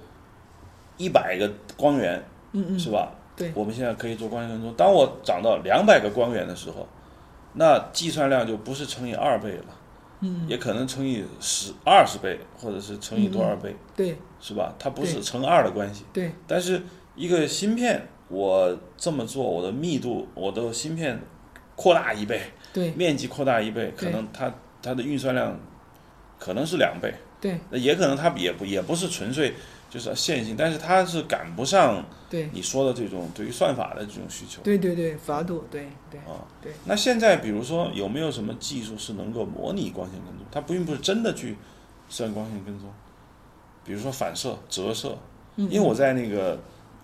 S1: 一百个光源，
S2: 嗯嗯，
S1: 是吧？
S2: 对
S1: 我们现在可以做光线跟踪。当我涨到两百个光源的时候，那计算量就不是乘以二倍了，
S2: 嗯，
S1: 也可能乘以十、二十倍，或者是乘以多少倍，
S2: 对
S1: 是吧？它不是
S2: 嗯对
S1: 乘二的关系。
S2: 对
S1: 但是一个芯片，我这么做，我的密度，我的芯片扩大一倍，
S2: 对
S1: 面积扩大一倍，可
S2: 对
S1: 能它它的运算量可能是两倍，
S2: 对
S1: 那也可能它也不也不是纯粹就是线性，但是它是赶不上
S2: 对
S1: 你说的这种对于算法的这种需求
S2: 对对对，法度，对对
S1: 啊。
S2: 对。
S1: 那现在比如说有没有什么技术是能够模拟光线跟踪？它并不是真的去算光线跟踪，比如说反射、折射，
S2: 嗯，
S1: 因为我在那个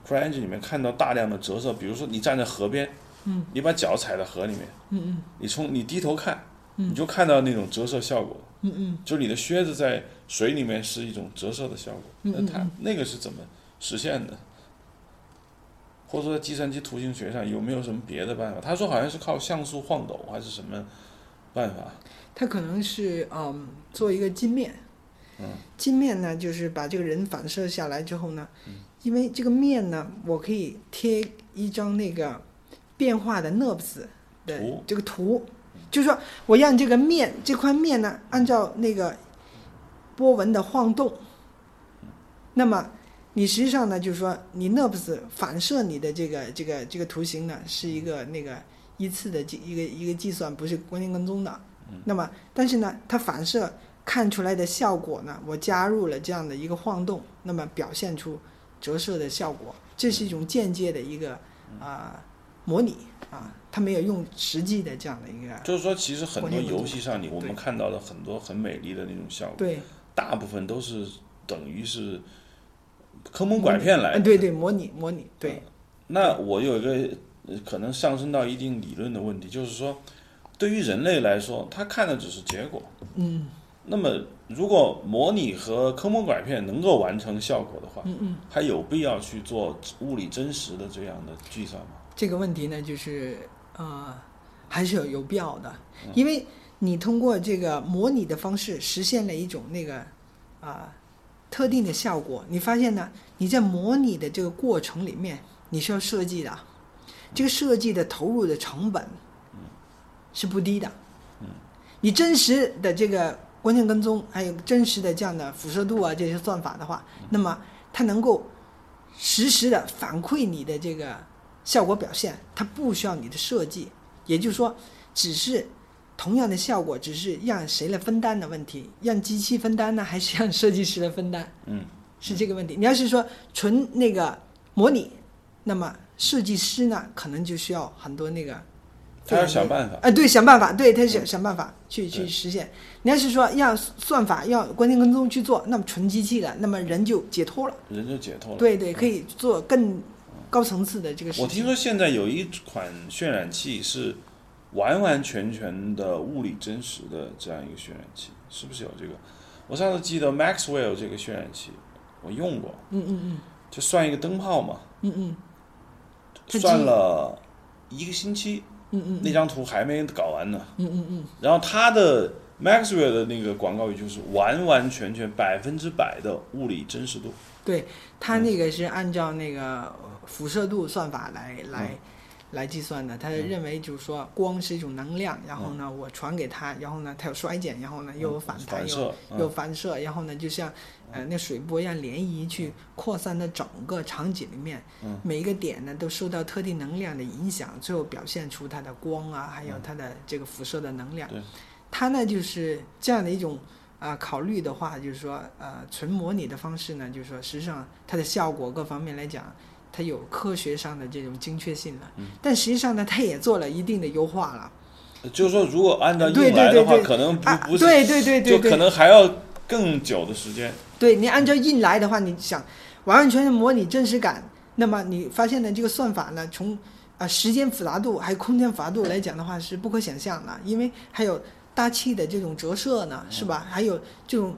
S1: CryEngine 里面看到大量的折射，比如说你站在河边，
S2: 嗯，
S1: 你把脚踩到河里面，
S2: 嗯嗯
S1: 你从你低头看，
S2: 嗯
S1: 你就看到那种折射效果，
S2: 嗯嗯
S1: 就是你的靴子在水里面是一种折射的效果。
S2: 嗯
S1: 那
S2: 嗯
S1: 它那个是怎么实现的？或者说在计算机图形学上有没有什么别的办法？他说好像是靠像素晃抖还是什么办法？
S2: 它可能是嗯做一个镜面，
S1: 嗯，
S2: 镜面呢就是把这个人反射下来之后呢，
S1: 嗯
S2: 因为这个面呢，我可以贴一张那个变化的 NURBS 的
S1: 图
S2: 这个图，就是说我让这个面这块面呢，按照那个波纹的晃动，
S1: 嗯
S2: 那么。你实际上呢，就是说，你 NURBS 反射你的这个这个这个图形呢，是一个那个依次的计一个一个计算，不是光线跟踪的。那么，但是呢，它反射看出来的效果呢，我加入了这样的一个晃动，那么表现出折射的效果，这是一种间接的一个啊、模拟啊，它没有用实际的这样的一个
S1: 就是说，其实很多
S2: 光线跟踪
S1: 游戏上你我们
S2: 对
S1: 看到的很多很美丽的那种效果，
S2: 对
S1: 大部分都是等于是坑蒙拐骗来的
S2: 嗯。对对模拟模拟对
S1: 那我有一个呃可能上升到一定理论的问题，就是说，对于人类来说，他看的只是结果。
S2: 嗯
S1: 那么，如果模拟和坑蒙拐骗能够完成效果的话，
S2: 嗯嗯，
S1: 还有必要去做物理真实的这样的计算吗？
S2: 这个问题呢，就是呃还是有有必要的，因为你通过这个模拟的方式实现了一种那个啊、特定的效果，你发现呢，你在模拟的这个过程里面，你是要设计的，这个设计的投入的成本是不低的。你真实的这个光线跟踪，还有真实的这样的辐射度啊这些算法的话，那么它能够实时的反馈你的这个效果表现，它不需要你的设计，也就是说，只是同样的效果，只是让谁来分担的问题，让机器分担呢，还是让设计师来分担？
S1: 嗯，
S2: 是这个问题。你要是说纯那个模拟，那么设计师呢，可能就需要很多那个
S1: 他要想办法
S2: 啊、。对，想办法，对他
S1: 嗯
S2: 想想办法去去
S1: 对
S2: 实现。你要是说要算法要关键跟踪去做，那么纯机器了，那么人就解脱了。
S1: 人就解脱了。
S2: 对对，可以做更高层次的这个事
S1: 哦嗯
S2: 情。
S1: 我听说现在有一款渲染器是完完全全的物理真实的这样一个渲染器，是不是有这个？我上次记得 Maxwell 这个渲染器我用过，
S2: 嗯嗯嗯
S1: 就算一个灯泡嘛，
S2: 嗯嗯它
S1: 算
S2: 记
S1: 了一个星期，
S2: 嗯嗯
S1: 那张图还没搞完呢。
S2: 嗯嗯嗯，
S1: 然后它的 Maxwell 的那个广告语就是完完全全百分之百的物理真实度。
S2: 对，
S1: 嗯
S2: 它那个是按照那个辐射度算法来来。
S1: 嗯
S2: 来计算的，他认为就是说光是一种能量，然后呢，我传给他，然后呢，它有衰减，然后呢，又有反弹，
S1: 嗯反
S2: 又
S1: 射，
S2: 有
S1: 嗯
S2: 反射，然后呢，就像呃那水波一样涟漪去扩散到整个场景里面，
S1: 嗯
S2: 每一个点呢都受到特定能量的影响，最后表现出它的光啊，还有
S1: 嗯
S2: 它的这个辐射的能量。
S1: 对
S2: 它呢就是这样的一种啊、考虑的话，就是说呃纯模拟的方式呢，就是说实际上它的效果各方面来讲。它有科学上的这种精确性了，
S1: 嗯
S2: 但实际上呢，它也做了一定的优化了。
S1: 就是说如果按照
S2: 对
S1: 用
S2: 对
S1: 来的
S2: 对
S1: 话，
S2: 对
S1: 可能
S2: 啊
S1: 不，不是
S2: 对对对对
S1: 就
S2: 对
S1: 可，能还要更久的时间。
S2: 对你按照印来的话，你想完完全全模拟真实感，那么你发现的这个算法呢，从啊、呃时间复杂度还有空间复杂度来讲的话是不可想象的，因为还有大气的这种折射呢，是吧？还有这种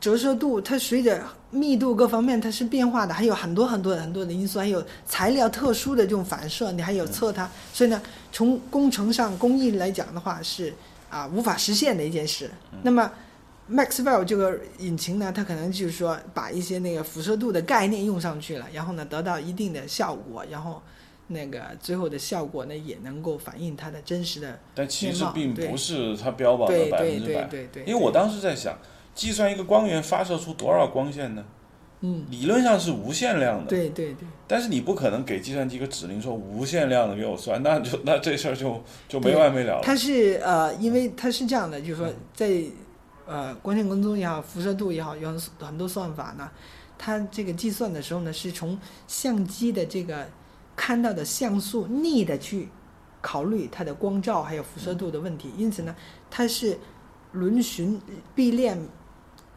S2: 折射度，它随着密度各方面它是变化的，还有很多很多很多的因素，还有材料特殊的这种反射，你还有测它，所以呢，从工程上工艺来讲的话是啊无法实现的一件事。那么 Maxwell 这个引擎呢，它可能就是说把一些那个辐射度的概念用上去了，然后呢得到一定的效果，然后那个最后的效果呢也能够反映它的真实的
S1: 但其实
S2: 面貌
S1: 并
S2: 对
S1: 不是它标榜
S2: 对
S1: 的百
S2: 对
S1: 分之
S2: 对
S1: 百，
S2: 对对，
S1: 因为我当时在想，计算一个光源发射出多少光线呢？
S2: 嗯
S1: 理论上是无限量的，
S2: 对对对
S1: 但是你不可能给计算机一个指令说无限量的给我算，那就那这事儿就就没
S2: 对
S1: 完没了了。
S2: 它是呃，因为它是这样的，就是说在呃光线跟踪也好，辐射度也好，有很很多算法呢，它这个计算的时候呢，是从相机的这个看到的像素逆的去考虑它的光照还有辐射度的问题，因此呢，它是轮循闭链，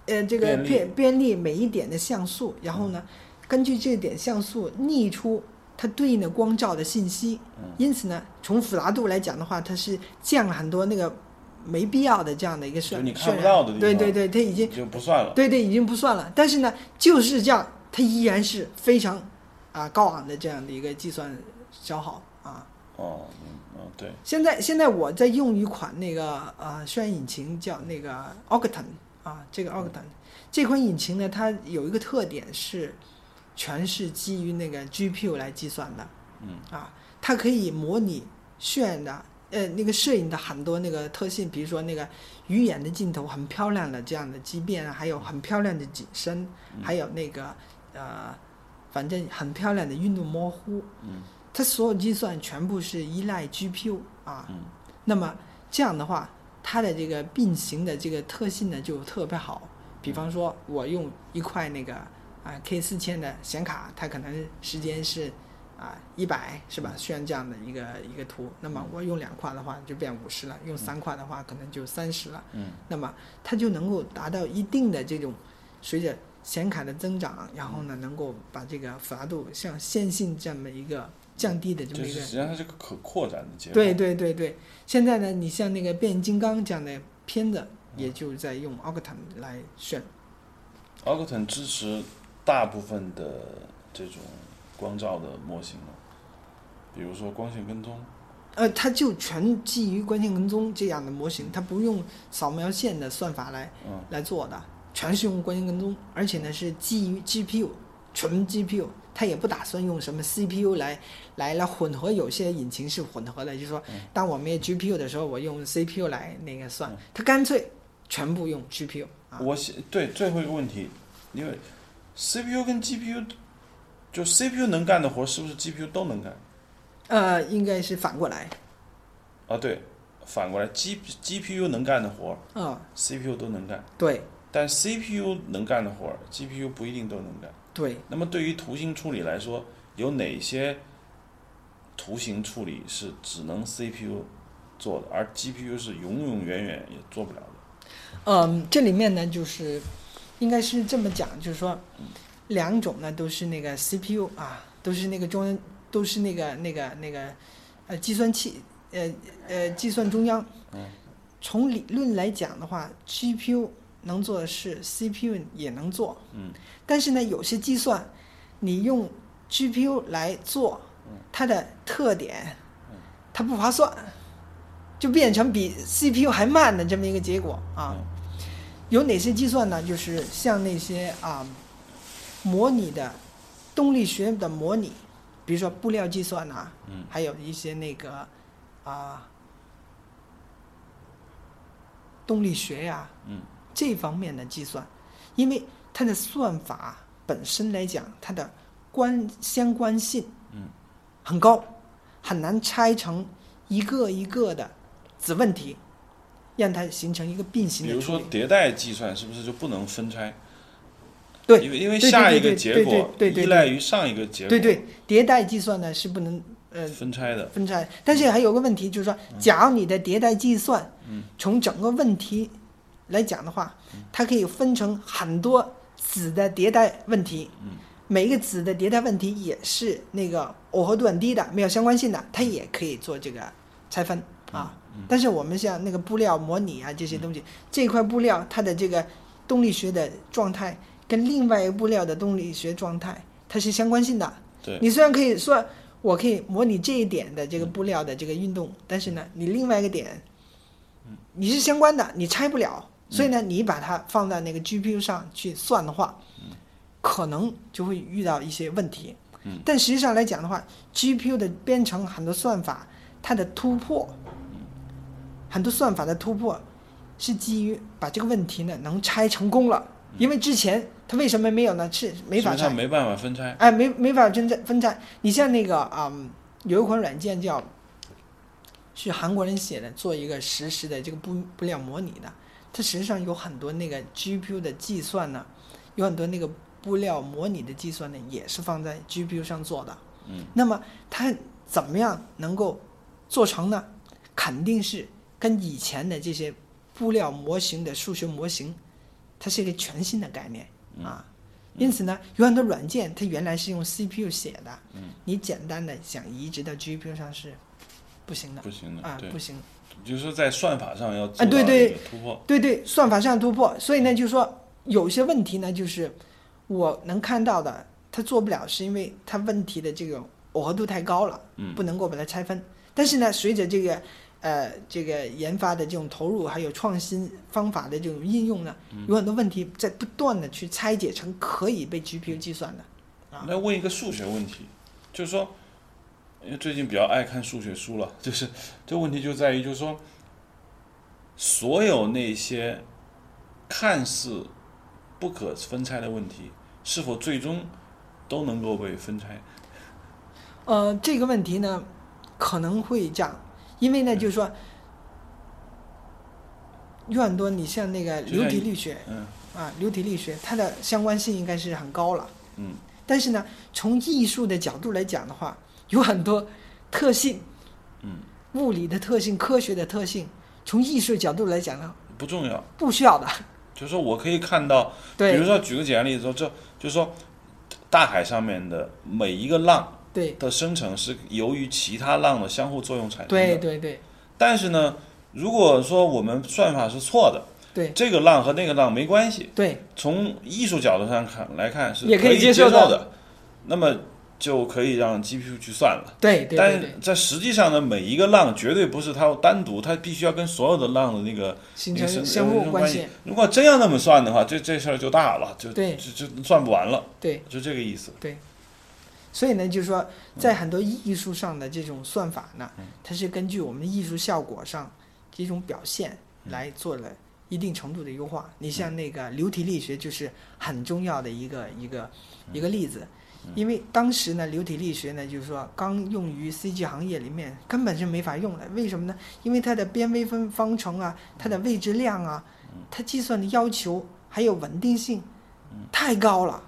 S2: 呃，这个
S1: 便利
S2: 便便利每一点的像素，然后呢，根据这点像素逆出它对应的光照的信息。
S1: 嗯
S2: 因此呢，从复杂度来讲的话，它是降了很多那个没必要的这样的一个
S1: 就
S2: 渲
S1: 你
S2: 渲
S1: 看
S2: 染。
S1: 不到的地方
S2: 对对对，它已经
S1: 就不算了。
S2: 对对已经不算了。但是呢，就是这样，它依然是非常啊、高昂的这样的一个计算消耗啊。
S1: 哦，嗯，哦，对，
S2: 现在现在我在用一款那个呃渲染引擎叫那个 Octane 啊，这个 Octane 这款引擎呢，它有一个特点是，全是基于那个 GPU 来计算的，
S1: 嗯
S2: 啊，它可以模拟渲染的呃那个摄影的很多那个特性，比如说那个鱼眼的镜头很漂亮的这样的畸变啊，还有很漂亮的景深，
S1: 嗯
S2: 还有那个呃，反正很漂亮的运动模糊，
S1: 嗯
S2: 它所有计算全部是依赖 GPU 啊。
S1: 嗯
S2: 那么这样的话，它的这个并行的这个特性呢就特别好。比方说，我用一块那个啊 K 四千的显卡，它可能时间是啊一百是吧？渲染这样的一个一个图，那么我用两块的话就变五十了，用三块的话可能就三十了。
S1: 嗯
S2: 那么它就能够达到一定的这种随着显卡的增长，然后呢，能够把这个复杂度像线性这么一个降低的这
S1: 就
S2: 么一
S1: 是
S2: 个。
S1: 实际上它是个可扩展的结果。
S2: 对对对对，现在呢，你像那个变形金刚这样的片
S1: 嗯
S2: 子，也就在用 Octane 来选。
S1: Algorithm 支持大部分的这种光照的模型了，比如说光线跟踪。
S2: 呃，它就全基于关键跟踪这样的模型，它不用扫描线的算法来
S1: 嗯
S2: 来做的，全是用关键跟踪，而且呢是基于 GPU，纯 GPU，它也不打算用什么 CPU 来来来混合，有些引擎是混合的，就是说
S1: 嗯
S2: 当我没有 GPU 的时候，我用 CPU 来那个算
S1: 嗯，
S2: 它干脆全部用 GPU 啊，
S1: 我写对最后一个问题，因为 CPU 跟 GPU，就 CPU 能干的活是不是 GPU 都能干？
S2: 呃，应该是反过来，
S1: 啊，对，反过来 G GPU 能干的活
S2: 嗯，
S1: ，CPU 都能干，
S2: 对
S1: 但 CPU 能干的活，GPU 不一定都能干。
S2: 对，
S1: 那么对于图形处理来说，有哪些图形处理是只能 CPU 做的，而 GPU 是永永远远也做不了的。
S2: 嗯，这里面呢，就是应该是这么讲，就是说，两种呢都是那个 CPU 啊，都是那个中，都是那个那个那个，呃，计算器，呃呃，计算中央。
S1: 嗯
S2: 从理论来讲的话，GPU 能做的事，CPU 也能做。
S1: 嗯
S2: 但是呢，有些计算你用 GPU 来做，它的特点
S1: 嗯
S2: 它不划算，就变成比 CPU 还慢的这么一个结果啊。
S1: 嗯
S2: 有哪些计算呢？就是像那些啊，模拟的动力学的模拟，比如说布料计算呐、
S1: 嗯
S2: 还有一些那个啊动力学呀、
S1: 嗯
S2: 这方面的计算，因为它的算法本身来讲，它的关相关性
S1: 嗯
S2: 很高，很难拆成一个一个的子问题，让它形成一个并行
S1: 比
S2: 的
S1: 如
S2: 处
S1: 说
S2: 理。
S1: 迭代计算是不是就不能分拆？
S2: 对
S1: 因为因为
S2: 对对
S1: 下一个
S2: 对对
S1: 结
S2: 对
S1: 果
S2: 对对对
S1: 依赖于上一个结果，
S2: 对对，迭代计算呢是不能呃
S1: 分拆的。
S2: 分拆，但是还有个问题，就是说，假如你的迭代计算，
S1: 嗯
S2: 从整个问题来讲的话，它可以分成很多子的迭代问题，
S1: 嗯
S2: 每一个子的迭代问题也是那个耦合度很低的，没有相关性的，它也可以做这个拆分啊。
S1: 嗯
S2: 但是我们像那个布料模拟啊这些东西，这块布料它的这个动力学的状态跟另外一个布料的动力学状态它是相关性的。
S1: 对
S2: 你虽然可以说我可以模拟这一点的这个布料的这个运动，但是
S1: 嗯
S2: 呢，你另外一个点，你是相关的，你拆不了，所以呢，你把它放在那个 GPU 上去算的话，可能就会遇到一些问题
S1: 嗯。
S2: 但实际上来讲的话，GPU 的编程很多算法，它的突破，很多算法的突破是基于把这个问题呢能拆成功了，
S1: 嗯
S2: 因为之前它为什么没有呢？是没法
S1: 基本
S2: 拆
S1: 上。没办法分拆。
S2: 哎，没没法分拆分拆。你像那个啊、嗯有一款软件叫，是韩国人写的，做一个实时的这个布布料模拟的。它实际上有很多那个 GPU 的计算呢，有很多那个布料模拟的计算呢，也是放在 GPU 上做的。
S1: 嗯，
S2: 那么它怎么样能够做成呢？肯定是跟以前的这些布料模型的数学模型，它是一个全新的概念
S1: 嗯
S2: 啊。因此呢，有很多软件它原来是用 CPU 写的，
S1: 嗯
S2: 你简单的想移植到 GPU 上是不行的
S1: 不行的，
S2: 啊，
S1: 对
S2: 不，行。
S1: 就是说在算法上要做
S2: 啊
S1: 到
S2: 对
S1: 一
S2: 对
S1: 个突破。
S2: 对对，算法上突破，所以呢，就是说有些问题呢，就是我能看到的，它做不了，是因为它问题的这个耦合度太高了，
S1: 嗯
S2: 不能够把它拆分。但是呢，随着这个呃这个研发的这种投入，还有创新方法的这种应用呢，
S1: 嗯
S2: 有很多问题在不断的去拆解成可以被 GPU 计算的。啊
S1: 那问一个数学问题，就是说，因为最近比较爱看数学书了， <laughs> 就是这问题就在于，就是说，所有那些看似不可分拆的问题，是否最终都能够被分拆？
S2: 呃，这个问题呢，可能会这样，因为
S1: 嗯
S2: 呢，就是说，有很多你像那个
S1: 就
S2: 流
S1: 像
S2: 体
S1: 一
S2: 力学
S1: 嗯
S2: 啊，流体力学它的相关性应该是很高了。
S1: 嗯
S2: 但是呢，从艺术的角度来讲的话，有很多特性，
S1: 嗯，
S2: 物理的特性、科学的特性，从艺术角度来讲呢，
S1: 不重要。
S2: 不
S1: <laughs>
S2: 需要的。
S1: 就是说我可以看到，比如
S2: 对
S1: 说举个简单例子说，这就是说，大海上面的每一个浪
S2: 对
S1: 的生成是由于其他浪的相互作用产生的。
S2: 对对对
S1: 但是呢，如果说我们算法是错的，
S2: 对
S1: 这个浪和那个浪没关系，
S2: 对，
S1: 从艺术角度上看来看是
S2: 也可
S1: 可
S2: 以
S1: 以
S2: 接
S1: 受
S2: 受的
S1: 的，那么就可以让 GPU 去算了。
S2: 对对对对
S1: 但，在实际上呢，每一个浪绝对不是它单独，它必须要跟所有的浪的那个
S2: 形
S1: 那
S2: 成
S1: 个
S2: 相互关系。。
S1: 如果真要那么算的话，这这事儿就大了，就
S2: 对
S1: 就就算不完了，
S2: 对，
S1: 就这个意思。
S2: 所以呢，就是说，在很多艺术上的这种算法呢，它是根据我们艺术效果上这种表现来做了一定程度的优化。你像那个流体力学就是很重要的一个一个一个例子，因为当时呢，流体力学呢，就是说刚用于 CG 行业里面根本是没法用的。为什么呢？因为它的边微分方程啊，它的位置量啊，它计算的要求
S1: 嗯
S2: 还有稳定性太高了。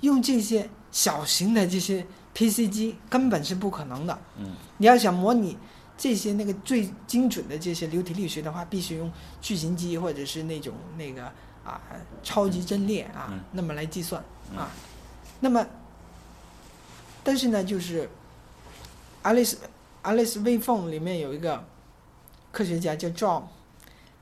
S2: 用这些小型的这些 PC 机根本是不可能的。
S1: 嗯，
S2: 你要想模拟这些那个最精准的这些流体力学的话，必须用巨型机或者是那种那个啊超级阵列啊，
S1: 嗯
S2: 那么来计算
S1: 嗯
S2: 啊。那么，但是呢，就是《Alice Alice 微缝》里面有一个科学家叫 John，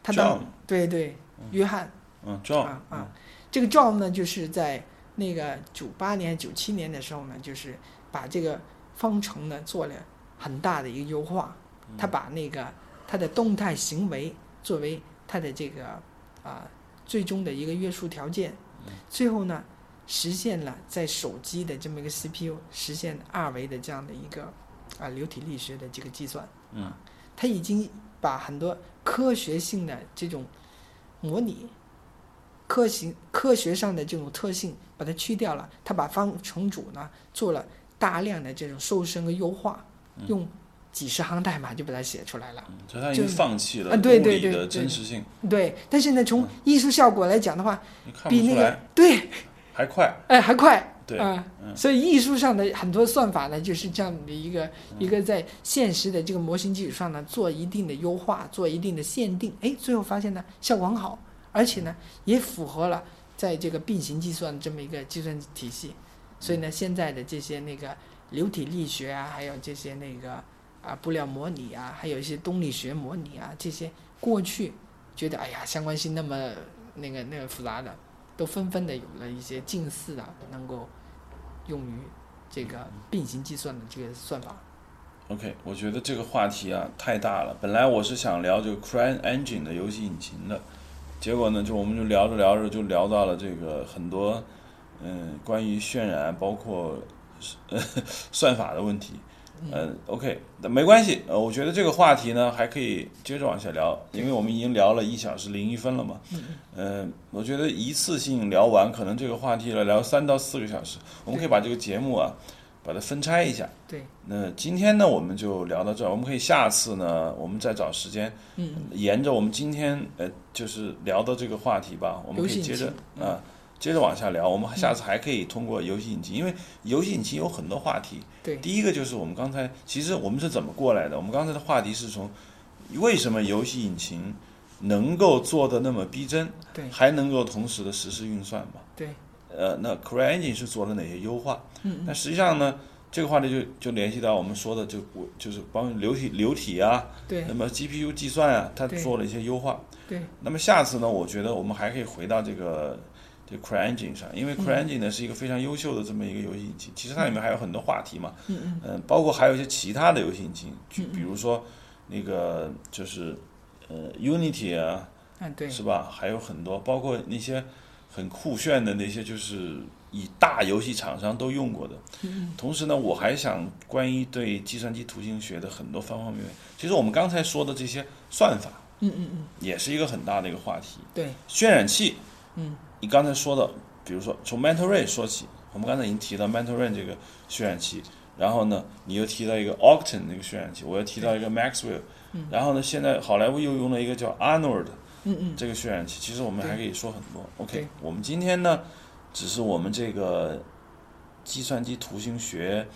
S2: 他当
S1: John
S2: 对对，约翰
S1: 嗯，John，
S2: 啊啊，这个 John 呢，就是在那个九八年、九七年的时候呢，就是把这个方程呢做了很大的一个优化，他把那个它的动态行为作为它的这个啊、最终的一个约束条件，最后呢实现了在手机的这么一个 CPU 实现二维的这样的一个啊、流体力学的这个计算，
S1: 嗯
S2: 他已经把很多科学性的这种模拟。科学科学上的这种特性把它去掉了，他把方程组呢做了大量的这种瘦身和优化，用几十行代码就把它写出来了。
S1: 嗯，所以他已经
S2: 就
S1: 放弃了
S2: 啊对
S1: 物
S2: 对
S1: 理
S2: 对
S1: 的
S2: 对
S1: 真实性，
S2: 对，但是呢，从艺术效果来讲的话，
S1: 你嗯看
S2: 比
S1: 不
S2: 那
S1: 出
S2: 个
S1: 来，
S2: 对，
S1: 还快，
S2: 哎，还快。
S1: 对，
S2: 啊、
S1: 嗯
S2: 所以艺术上的很多算法呢，就是这样的一个、
S1: 嗯
S2: 一个在现实的这个模型基础上呢，做一定的优化，做一定的限定，哎，最后发现呢效果很好，而且呢也符合了在这个并行计算这么一个计算体系，所以呢现在的这些那个流体力学啊，还有这些那个啊布料模拟啊，还有一些动力学模拟啊，这些过去觉得哎呀相关性那么那个那个复杂的，都纷纷的有了一些近似的能够。用于这个并行计算的这个算法。
S1: OK，我觉得这个话题啊太大了。本来我是想聊这个 Cry Engine 的游戏引擎的，结果呢，就我们就聊着聊着就聊到了这个很多，嗯，关于渲染包括 <laughs> 呃算法的问题。嗯，OK，那没关系。呃，我觉得这个话题呢还可以接着往下聊，因为我们已经聊了一小时零一分了嘛。嗯，我觉得一次性聊完，可能这个话题了聊三到四个小时，我们可以把这个节目啊把它分拆一下。
S2: 对，
S1: 那今天呢，我们就聊到这儿。我们可以下次呢，我们再找时间，
S2: 嗯，
S1: 沿着我们今天呃，就是聊的这个话题吧，我们可以接着啊
S2: 游戏、引嗯
S1: 呃接着往下聊。我们下次还可以通过游戏引擎，因为游戏引擎有很多话题。
S2: 对，
S1: 第一个就是我们刚才，其实我们是怎么过来的？我们刚才的话题是从为什么游戏引擎能够做的那么逼真，
S2: 对，
S1: 还能够同时的实时运算嘛？
S2: 对，
S1: 呃，那 CryEngine 是做了哪些优化？
S2: 嗯，
S1: 那实际上呢，这个话题就就联系到我们说的就我就是帮流体流体啊，
S2: 对
S1: 那，么 GPU 计算啊，它
S2: 对
S1: 做了一些优化。
S2: 对，
S1: 那么下次呢，我觉得我们还可以回到这个这个 CryEngine 上，因为
S2: 嗯
S1: CryEngine 呢是一个非常优秀的这么一个游戏引擎，其实它里面还有很多话题嘛，
S2: 嗯嗯，
S1: 嗯，包括还有一些其他的游戏引擎，就比如说那个就是呃 Unity 啊，
S2: 啊，对，
S1: 是吧？还有很多，包括那些很酷炫的那些，就是以大游戏厂商都用过的。
S2: 嗯
S1: 同时呢，我还想关于对计算机图形学的很多方方面面，其实我们刚才说的这些算法
S2: 嗯嗯嗯，
S1: 也是一个很大的一个话题。
S2: 对，
S1: 渲染器，
S2: 嗯，
S1: 你刚才说的，比如说从 Mental Ray 说起，我们刚才已经提到 Mental Ray 这个渲染器，然后呢，你又提到一个 Octane 那个渲染器，我又提到一个 Maxwell，、
S2: 嗯
S1: 然后呢，现在好莱坞又用了一个叫 Arnold
S2: 嗯嗯，
S1: 这个渲染器，其实我们
S2: 对
S1: 还可以说很多。OK，
S2: 对
S1: 我们今天呢，只是我们这个计算机图形学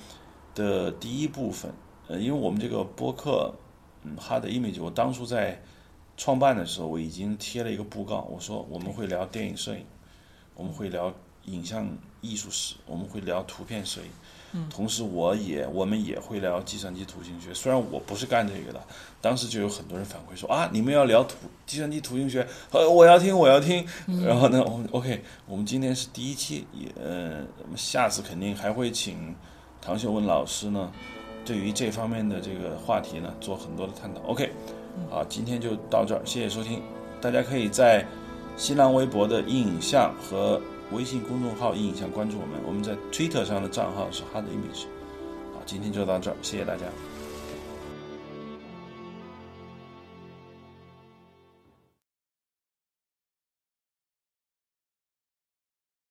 S1: 的第一部分。呃，因为我们这个播客，嗯，Hard Image，我当初在创办的时候，我已经贴了一个布告，我说我们会聊电影摄影，我们会聊影像艺术史，我们会聊图片摄影。
S2: 嗯
S1: 同时，我也我们也会聊计算机图形学。虽然我不是干这个的，当时就有很多人反馈说啊，你们要聊图计算机图形学，呃，我要听，我要听。然后呢，我们 OK，我们今天是第一期，也呃，下次肯定还会请唐秀文老师呢，对于这方面的这个话题呢，做很多的探讨。OK，好，今天就到这儿，谢谢收听。大家可以在新浪微博的硬影像和微信公众号“硬影像”关注我们，我们在 Twitter 上的账号是 Hard Image。好，今天就到这儿，谢谢大家。